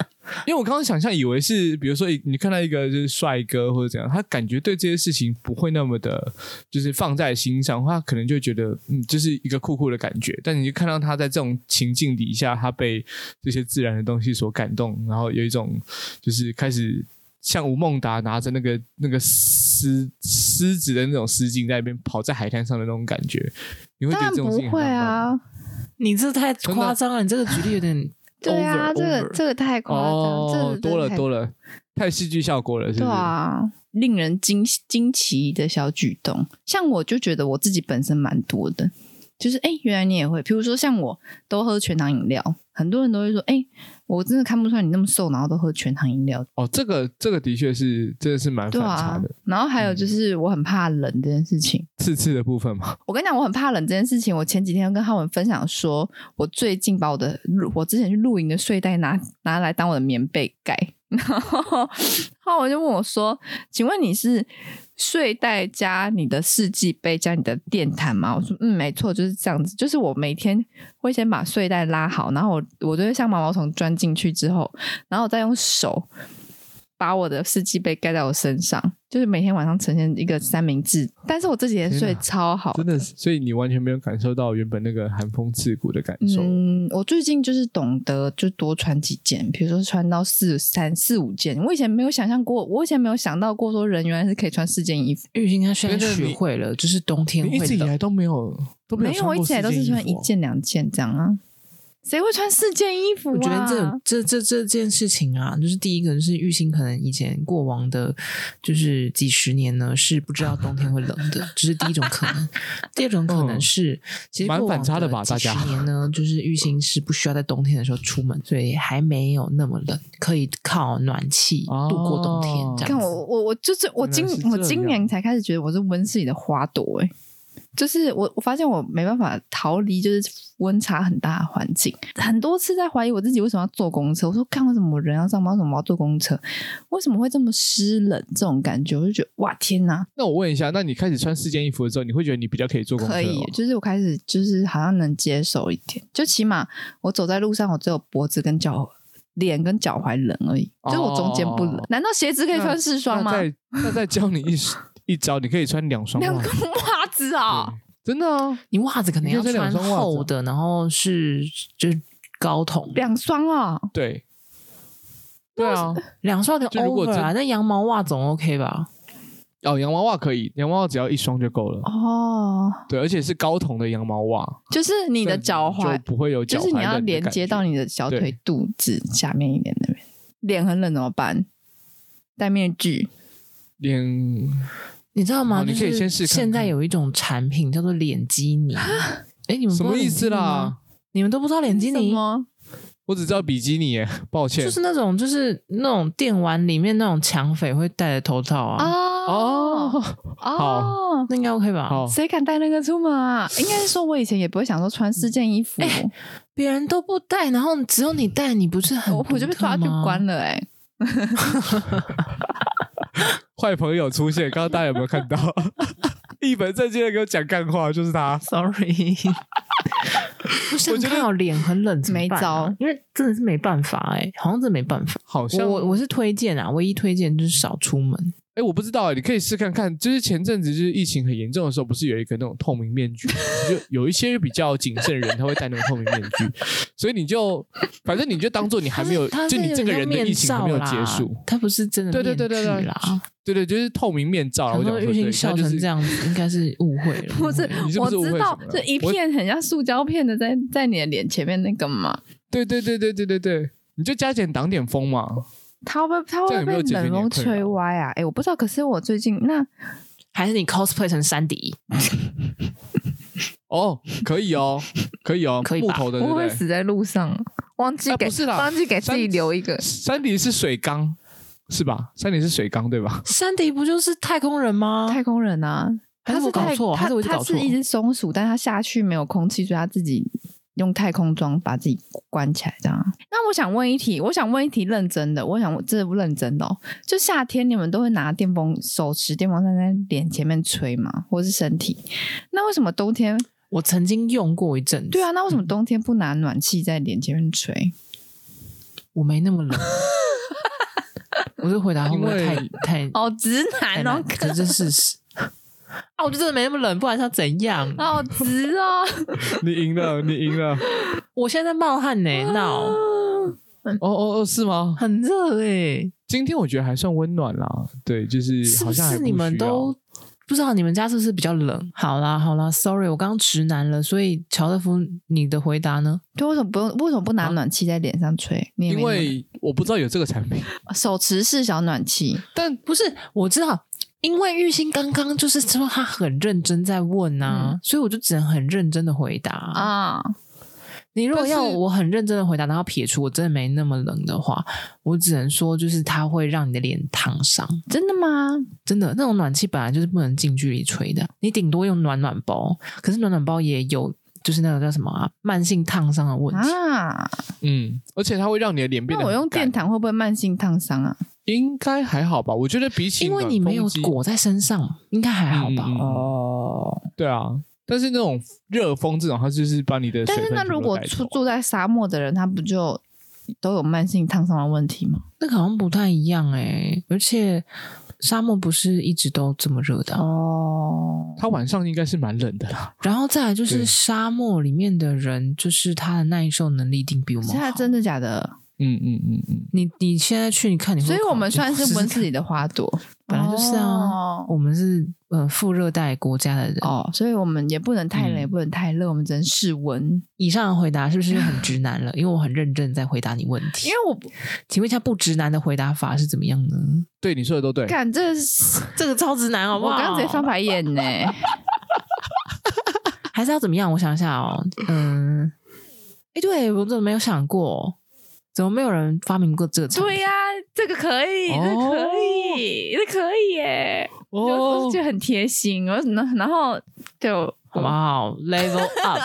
Speaker 1: 因为我刚刚想象以为是，比如说你看到一个就是帅哥或者怎样，他感觉对这些事情不会那么的，就是放在心上，他可能就觉得嗯，就是一个酷酷的感觉。但你就看到他在这种情境底下，他被这些自然的东西所感动，然后有一种就是开始。像吴孟达拿着那个那个狮狮子的那种丝巾在那边跑在海滩上的那种感觉，你会觉
Speaker 3: 当
Speaker 1: 得
Speaker 3: 然
Speaker 1: 这种事
Speaker 3: 不
Speaker 1: 情很
Speaker 3: 会
Speaker 1: 浪漫吗
Speaker 3: 啊，
Speaker 2: 你这太
Speaker 1: 真的
Speaker 2: 夸张了，你这个举例有点
Speaker 3: 对啊，
Speaker 2: over，
Speaker 3: 这个
Speaker 2: over
Speaker 3: 这个太夸张，这
Speaker 1: 哦
Speaker 3: 个，
Speaker 1: 多了多
Speaker 3: 了，
Speaker 1: 了，太戏剧效果了，是不
Speaker 3: 对
Speaker 1: 是？
Speaker 3: 啊，令人惊惊奇的小举动，像我就觉得我自己本身蛮多的，就是哎、诶原来你也会，比如说像我都喝全糖饮料，很多人都会说，哎、我真的看不出来你那么瘦，然后都喝全糖饮料，
Speaker 1: 哦，这个这个的确是真的是蛮
Speaker 3: 对
Speaker 1: 反差
Speaker 3: 啊
Speaker 1: 的，，嗯
Speaker 3: 然后还有就是我很怕冷这件事情。
Speaker 1: 刺刺的部分嘛。
Speaker 3: <laughs> 我跟你讲，我很怕冷这件事情。我前几天跟浩文分享说，我最近把我的露我之前去露营的睡袋拿拿来当我的棉被盖， <laughs> 然后浩文就问我说：“请问你是睡袋加你的四季被加你的电毯吗？”我说：“嗯，没错，就是这样子。就是我每天会先把睡袋拉好，然后我我就会像毛毛虫钻进去之后，然后我再用手把我的四季被盖在我身上，就是每天晚上呈现一个三明治。但是我这几天
Speaker 1: 天
Speaker 3: 睡
Speaker 1: 哪
Speaker 3: 超好，
Speaker 1: 真的是，所以你完全没有感受到原本那个寒风刺骨的感受。
Speaker 3: 嗯，我最近就是懂得就多穿几件，比如说穿到四三四五件。我以前没有想象过，我以前没有想到过说人原来是可以穿四件衣服。
Speaker 2: 玉兴他现在
Speaker 1: 真的你
Speaker 2: 学会了，就是冬天
Speaker 1: 你一
Speaker 2: 会
Speaker 1: 直以
Speaker 2: 冷。
Speaker 1: 来都没有都没有
Speaker 3: 没有，我
Speaker 1: 穿
Speaker 3: 一
Speaker 1: 过
Speaker 3: 直以来都是
Speaker 1: 四件衣服
Speaker 3: 穿一
Speaker 1: 哦。
Speaker 3: 件两件这样啊。谁会穿四件衣服、啊？
Speaker 2: 我觉得这种这这这件事情啊，就是第一个就是玉兴可能以前过往的，就是几十年呢是不知道冬天会冷的，这、是第一种可能。第二种可能是，其实
Speaker 1: 嗯蛮
Speaker 2: 过往
Speaker 1: 反差的吧
Speaker 2: 几十
Speaker 1: 大家
Speaker 2: 年呢，就是玉兴是不需要在冬天的时候出门，所以还没有那么冷，可以靠暖气
Speaker 1: 哦
Speaker 2: 度过冬天。这
Speaker 3: 看
Speaker 2: 样子，
Speaker 3: 我我我就是我今
Speaker 1: 原来是这
Speaker 3: 我今
Speaker 1: 样
Speaker 3: 年才开始觉得我是温室里的花朵哎、就是我我发现我没办法逃离就是温差很大的环境，很多次在怀疑我自己为什么要坐公车，我说看为什么我人要上班，为什么我要坐公车，为什么会这么湿冷这种感觉，我就觉得哇天哪，
Speaker 1: 那我问一下，那你开始穿四件衣服的时候，你会觉得你比较可以做功课、哦？
Speaker 3: 可以，就是我开始就是好像能接受一点，就起码我走在路上，我只有脖子跟脚。脸跟脚踝冷而已，就是我中间不冷。
Speaker 1: 哦
Speaker 3: 难道鞋子可以穿四双吗
Speaker 1: 那？再那再教你一一 <laughs> 招，你可以穿两双
Speaker 3: 两
Speaker 1: 袜
Speaker 3: 个
Speaker 1: 子。
Speaker 3: 袜子啊、
Speaker 1: 对真的啊，
Speaker 2: 你袜子可能
Speaker 1: 你可
Speaker 2: 要
Speaker 1: 以再两
Speaker 2: 穿
Speaker 1: 双袜子啊
Speaker 2: 厚的，然后是就是高筒
Speaker 3: 两双啊、哦，
Speaker 1: 对，对啊，
Speaker 2: 两双有
Speaker 1: 就
Speaker 2: 点
Speaker 1: 如果
Speaker 2: over 啊，
Speaker 1: 真
Speaker 2: 那羊毛袜总 OK 吧？
Speaker 1: 哦，羊毛袜可以，羊毛袜只要一双就够了。
Speaker 3: 哦
Speaker 1: 对，而且是高筒的羊毛袜，
Speaker 3: 就是你的脚
Speaker 1: 这样
Speaker 3: 踝
Speaker 1: 子，就不会有脚
Speaker 3: 就
Speaker 1: 踝
Speaker 3: 是你要
Speaker 1: 冷的
Speaker 3: 连
Speaker 1: 感
Speaker 3: 接
Speaker 1: 觉
Speaker 3: 到你的小腿
Speaker 1: 对
Speaker 3: 肚子下面一点那边。脸很冷怎么办？戴面具，
Speaker 1: 脸
Speaker 2: 你知道吗？
Speaker 1: 好
Speaker 2: 就
Speaker 1: 哦你可以
Speaker 2: 是
Speaker 1: 先试看看
Speaker 2: 现在有一种产品叫做脸基尼，哎，你们
Speaker 1: 什
Speaker 2: 不知道
Speaker 1: 么意思
Speaker 2: 脸基尼吗
Speaker 1: 啦？？
Speaker 2: 你们都不知道脸基
Speaker 3: 什
Speaker 2: 尼？
Speaker 3: 么？
Speaker 1: 我只知道比基尼耶，抱歉。
Speaker 2: 就是那种，就是那种电玩里面那种抢匪会戴的头套啊，
Speaker 3: 哦
Speaker 1: 哦，
Speaker 3: 哦，
Speaker 2: 那应该 OK 吧？
Speaker 1: 好，
Speaker 3: 谁敢带那个出门啊？应该是说我以前也不会想说穿四件衣服， <laughs>
Speaker 2: 别人都不戴，然后只有你戴，你不是很
Speaker 3: 我我就被
Speaker 2: 独特
Speaker 3: 抓去
Speaker 2: 吗
Speaker 3: 关
Speaker 1: <laughs>
Speaker 3: 了哎。
Speaker 1: 坏朋友出现，刚刚大家有没有看到？ <laughs> 一本正经的给我讲干话，就是他。
Speaker 2: <laughs> Sorry，我想
Speaker 1: 我觉得
Speaker 2: 看到脸很冷，怎么办啊
Speaker 3: 没招
Speaker 2: 因为真的是没办法哎、好像真的没办法。
Speaker 1: 好像
Speaker 2: 我我我是推荐啊，唯一推荐就是少出门。
Speaker 1: 哎、我不知道、欸，你可以试看看。就是前阵子就是疫情很严重的时候，不是有一个那种透明面具吗，就有一些比较谨慎的人他会戴那种透明面具，所以你就反正你就当做你还没有，
Speaker 2: 它是
Speaker 1: 就你这个人的疫情还没有
Speaker 2: 它是
Speaker 1: 结
Speaker 2: 有点像面罩
Speaker 1: 束
Speaker 2: 啦，它不是真的
Speaker 1: 对对对对对
Speaker 2: 面具啦。
Speaker 1: 对对，就是透明面罩啦。我
Speaker 2: 然
Speaker 1: 讲
Speaker 2: 后
Speaker 1: 说对，
Speaker 2: 玉兴
Speaker 1: 他
Speaker 2: 笑
Speaker 1: 就
Speaker 2: 成
Speaker 1: 是
Speaker 2: 这
Speaker 1: <laughs>
Speaker 2: 样子，应该是误会了。
Speaker 3: 不是
Speaker 1: 你是不
Speaker 3: 我
Speaker 1: 是误会
Speaker 3: 知道
Speaker 1: 什么，了
Speaker 3: 就一
Speaker 1: 我
Speaker 3: 片很像塑胶片的在在你的脸前面那个嘛。
Speaker 1: 对对对对对对对，你就加减挡点风嘛。
Speaker 3: 它会它
Speaker 1: 这
Speaker 3: 会
Speaker 1: 样有
Speaker 3: 被
Speaker 1: 没有解决
Speaker 3: 冷
Speaker 1: 你的
Speaker 3: 风
Speaker 1: 困
Speaker 3: 吹
Speaker 1: 扰
Speaker 3: 歪啊！哎、我不知道，可是我最近那
Speaker 2: 还是你 cosplay 成山迪？
Speaker 1: 哦，可以哦，可以哦，
Speaker 2: 可以
Speaker 1: 木
Speaker 2: 吧
Speaker 1: 头的，对
Speaker 3: 我
Speaker 1: 不
Speaker 3: 会
Speaker 1: 对？
Speaker 3: 死在路上，忘记
Speaker 1: 啊
Speaker 3: 给、
Speaker 1: 不是啦
Speaker 3: 忘记给自
Speaker 1: 山
Speaker 3: 己留一个。
Speaker 1: 山迪是水缸是吧？山迪是水缸对
Speaker 2: <laughs>
Speaker 1: 吧？
Speaker 2: 山迪不就是太空人吗？
Speaker 3: 太空人啊，
Speaker 2: 还
Speaker 3: 他
Speaker 2: 是我
Speaker 3: 是
Speaker 2: 搞
Speaker 3: 太
Speaker 2: 错？还
Speaker 3: 他
Speaker 2: 是我一直
Speaker 3: 他
Speaker 2: 搞
Speaker 3: 是
Speaker 2: 错？
Speaker 3: 一只松鼠，但他下去没有空气，所以他自己用太空装把自己关起来这样。啊那我想问一题，我想问一题认真的，我想问这是认真的哦，就夏天你们都会拿电风手持电风扇在脸前面吹吗？或是身体？那为什么冬天？
Speaker 2: 我曾经用过一阵子，
Speaker 3: 对啊，，那为什么冬天不拿暖气在脸前面吹？
Speaker 2: 我没那
Speaker 1: <laughs>
Speaker 2: 么冷。我就回答会不会
Speaker 1: 因 <laughs>
Speaker 2: 太
Speaker 1: 为
Speaker 2: 太
Speaker 3: 哦，直
Speaker 2: 太
Speaker 3: 男
Speaker 2: 难
Speaker 3: <laughs> 哦，
Speaker 2: 这这是事实啊！我就真的没那么冷，不然是要怎样？
Speaker 3: 好直哦， <laughs>
Speaker 1: 你赢了，你赢了。
Speaker 2: 我现在在冒汗呢、闹
Speaker 1: 啊哦哦哦，是吗？
Speaker 2: 很热哎、
Speaker 1: 今天我觉得还算温暖啦。对，就是
Speaker 2: 是
Speaker 1: 好
Speaker 2: 不
Speaker 1: 像还
Speaker 2: 是你
Speaker 1: 需
Speaker 2: 们
Speaker 1: 要
Speaker 2: 都不知道你们家是不是比较冷？好啦好啦，sorry，我刚刚直男了，所以乔德夫，你的回答呢？
Speaker 3: 就为什么不用？为什么不拿暖气在脸上吹？你也
Speaker 1: 啊因
Speaker 3: 没那么
Speaker 1: 为我不知道有这个产品，
Speaker 3: 手持式小暖气，
Speaker 1: 但
Speaker 2: 嗯不是，我知道，因为玉兴刚刚就是说他很认真在问啊，
Speaker 3: 嗯
Speaker 2: 所以我就只能很认真的回答啊。
Speaker 3: 啊，
Speaker 2: 你如果
Speaker 1: 但是
Speaker 2: 要我很认真的回答，然后撇除我真的没那么冷的话，我只能说就是它会让你的脸烫伤。
Speaker 3: 真的吗？
Speaker 2: 真的，那种暖气本来就是不能近距离吹的，你顶多用暖暖包。可是暖暖包也有就是那个叫什么啊，慢性烫伤的问题。
Speaker 3: 啊，
Speaker 1: 嗯，而且它会让你的脸变
Speaker 3: 那
Speaker 1: 得
Speaker 3: 我
Speaker 1: 很
Speaker 3: 用
Speaker 1: 干
Speaker 3: 电毯会不会慢性烫伤啊？
Speaker 1: 应该还好吧？我觉得比起
Speaker 2: 因为你
Speaker 1: 暖
Speaker 2: 没有
Speaker 1: 风机
Speaker 2: 裹在身上，应该还好吧？
Speaker 1: 嗯嗯嗯
Speaker 3: 哦，
Speaker 1: 对啊，但是那种热风这种，它就是把你的水
Speaker 3: 但
Speaker 1: 分
Speaker 3: 是
Speaker 1: 全部
Speaker 3: 那
Speaker 1: 都带走。
Speaker 3: 如果住住在沙漠的人，他不就都有慢性烫伤的问题吗？
Speaker 2: 那个好像不太一样哎、而且沙漠不是一直都这么热的啊、
Speaker 3: 哦，
Speaker 1: 它晚上应该是蛮冷的啦。
Speaker 2: 然后再来就是
Speaker 1: 对
Speaker 2: 沙漠里面的人，就是他的耐受能力一定比我们
Speaker 3: 现在
Speaker 2: 好。
Speaker 3: 真的假的？
Speaker 1: 嗯嗯嗯嗯，
Speaker 2: 你你现在去，你看你会
Speaker 3: 所以我们
Speaker 2: 恐
Speaker 3: 算
Speaker 2: 惧
Speaker 3: 是温
Speaker 2: <laughs>
Speaker 3: 室里的花朵，
Speaker 1: <laughs>
Speaker 2: 本来就是啊
Speaker 3: 哦，
Speaker 2: 我们是呃副热带国家的人。
Speaker 3: 哦，所以我们也不能太冷，
Speaker 1: 嗯
Speaker 3: 也不能太热，我们只能室温。
Speaker 2: 以上的回答是不是很直 <laughs> 男了？因为我很认真在回答你问题。
Speaker 3: 因为我不
Speaker 2: 请问一下，不直男的回答法是怎么样呢？
Speaker 1: 对，你说的都对。
Speaker 3: 敢这是，
Speaker 2: 这个超直男好
Speaker 3: 我刚刚直接翻白眼呢。
Speaker 2: 还是要怎么样？我想一下哦，嗯，哎，对我怎么没有想过？怎么没有人发明过这个？
Speaker 3: 对、呀，这个可以，这个可以，这个可以耶。就
Speaker 1: 哦，
Speaker 3: 就很贴心，我然然后就
Speaker 2: 好不好？Level 哦 up，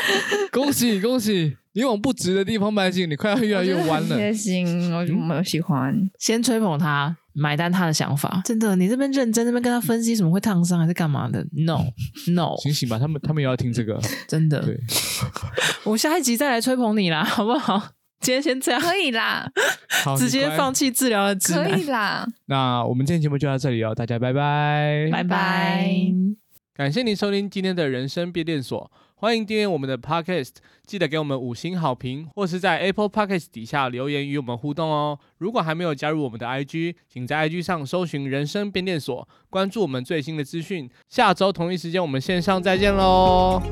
Speaker 1: <laughs> 恭喜恭喜！你往不直的地方迈进，你快要越来越弯
Speaker 3: 我
Speaker 2: <laughs>
Speaker 3: 觉得很
Speaker 1: 了。
Speaker 3: 贴心，我就没有喜欢。
Speaker 2: 先吹捧他，买单他的想法。真的，你这边认真，那边跟他分析什么会烫伤还是干嘛的？No No，
Speaker 1: 醒醒吧，他们他们也要听这个。
Speaker 2: 真的，
Speaker 1: 对，
Speaker 2: 我下一集再来吹捧你啦，好不好？今天先这样，
Speaker 3: 可以啦，
Speaker 1: 好，
Speaker 2: 直
Speaker 1: 你
Speaker 2: 接
Speaker 1: 乖
Speaker 2: 放。弃治疗的直
Speaker 3: 可
Speaker 2: 男
Speaker 3: 以。啦，
Speaker 1: 那我们今天节目就到这里哦，大家拜拜。
Speaker 2: 拜拜。
Speaker 1: 感谢您收听今天的人生变电所，欢迎订阅我们的 Podcast，记得给我们五星好评，或是在 Apple Podcast 底下留言与我们互动哦。如果还没有加入我们的 IG，请在 IG 上搜寻“人生变电所”，关注我们最新的资讯。下周同一时间我们线上再见喽，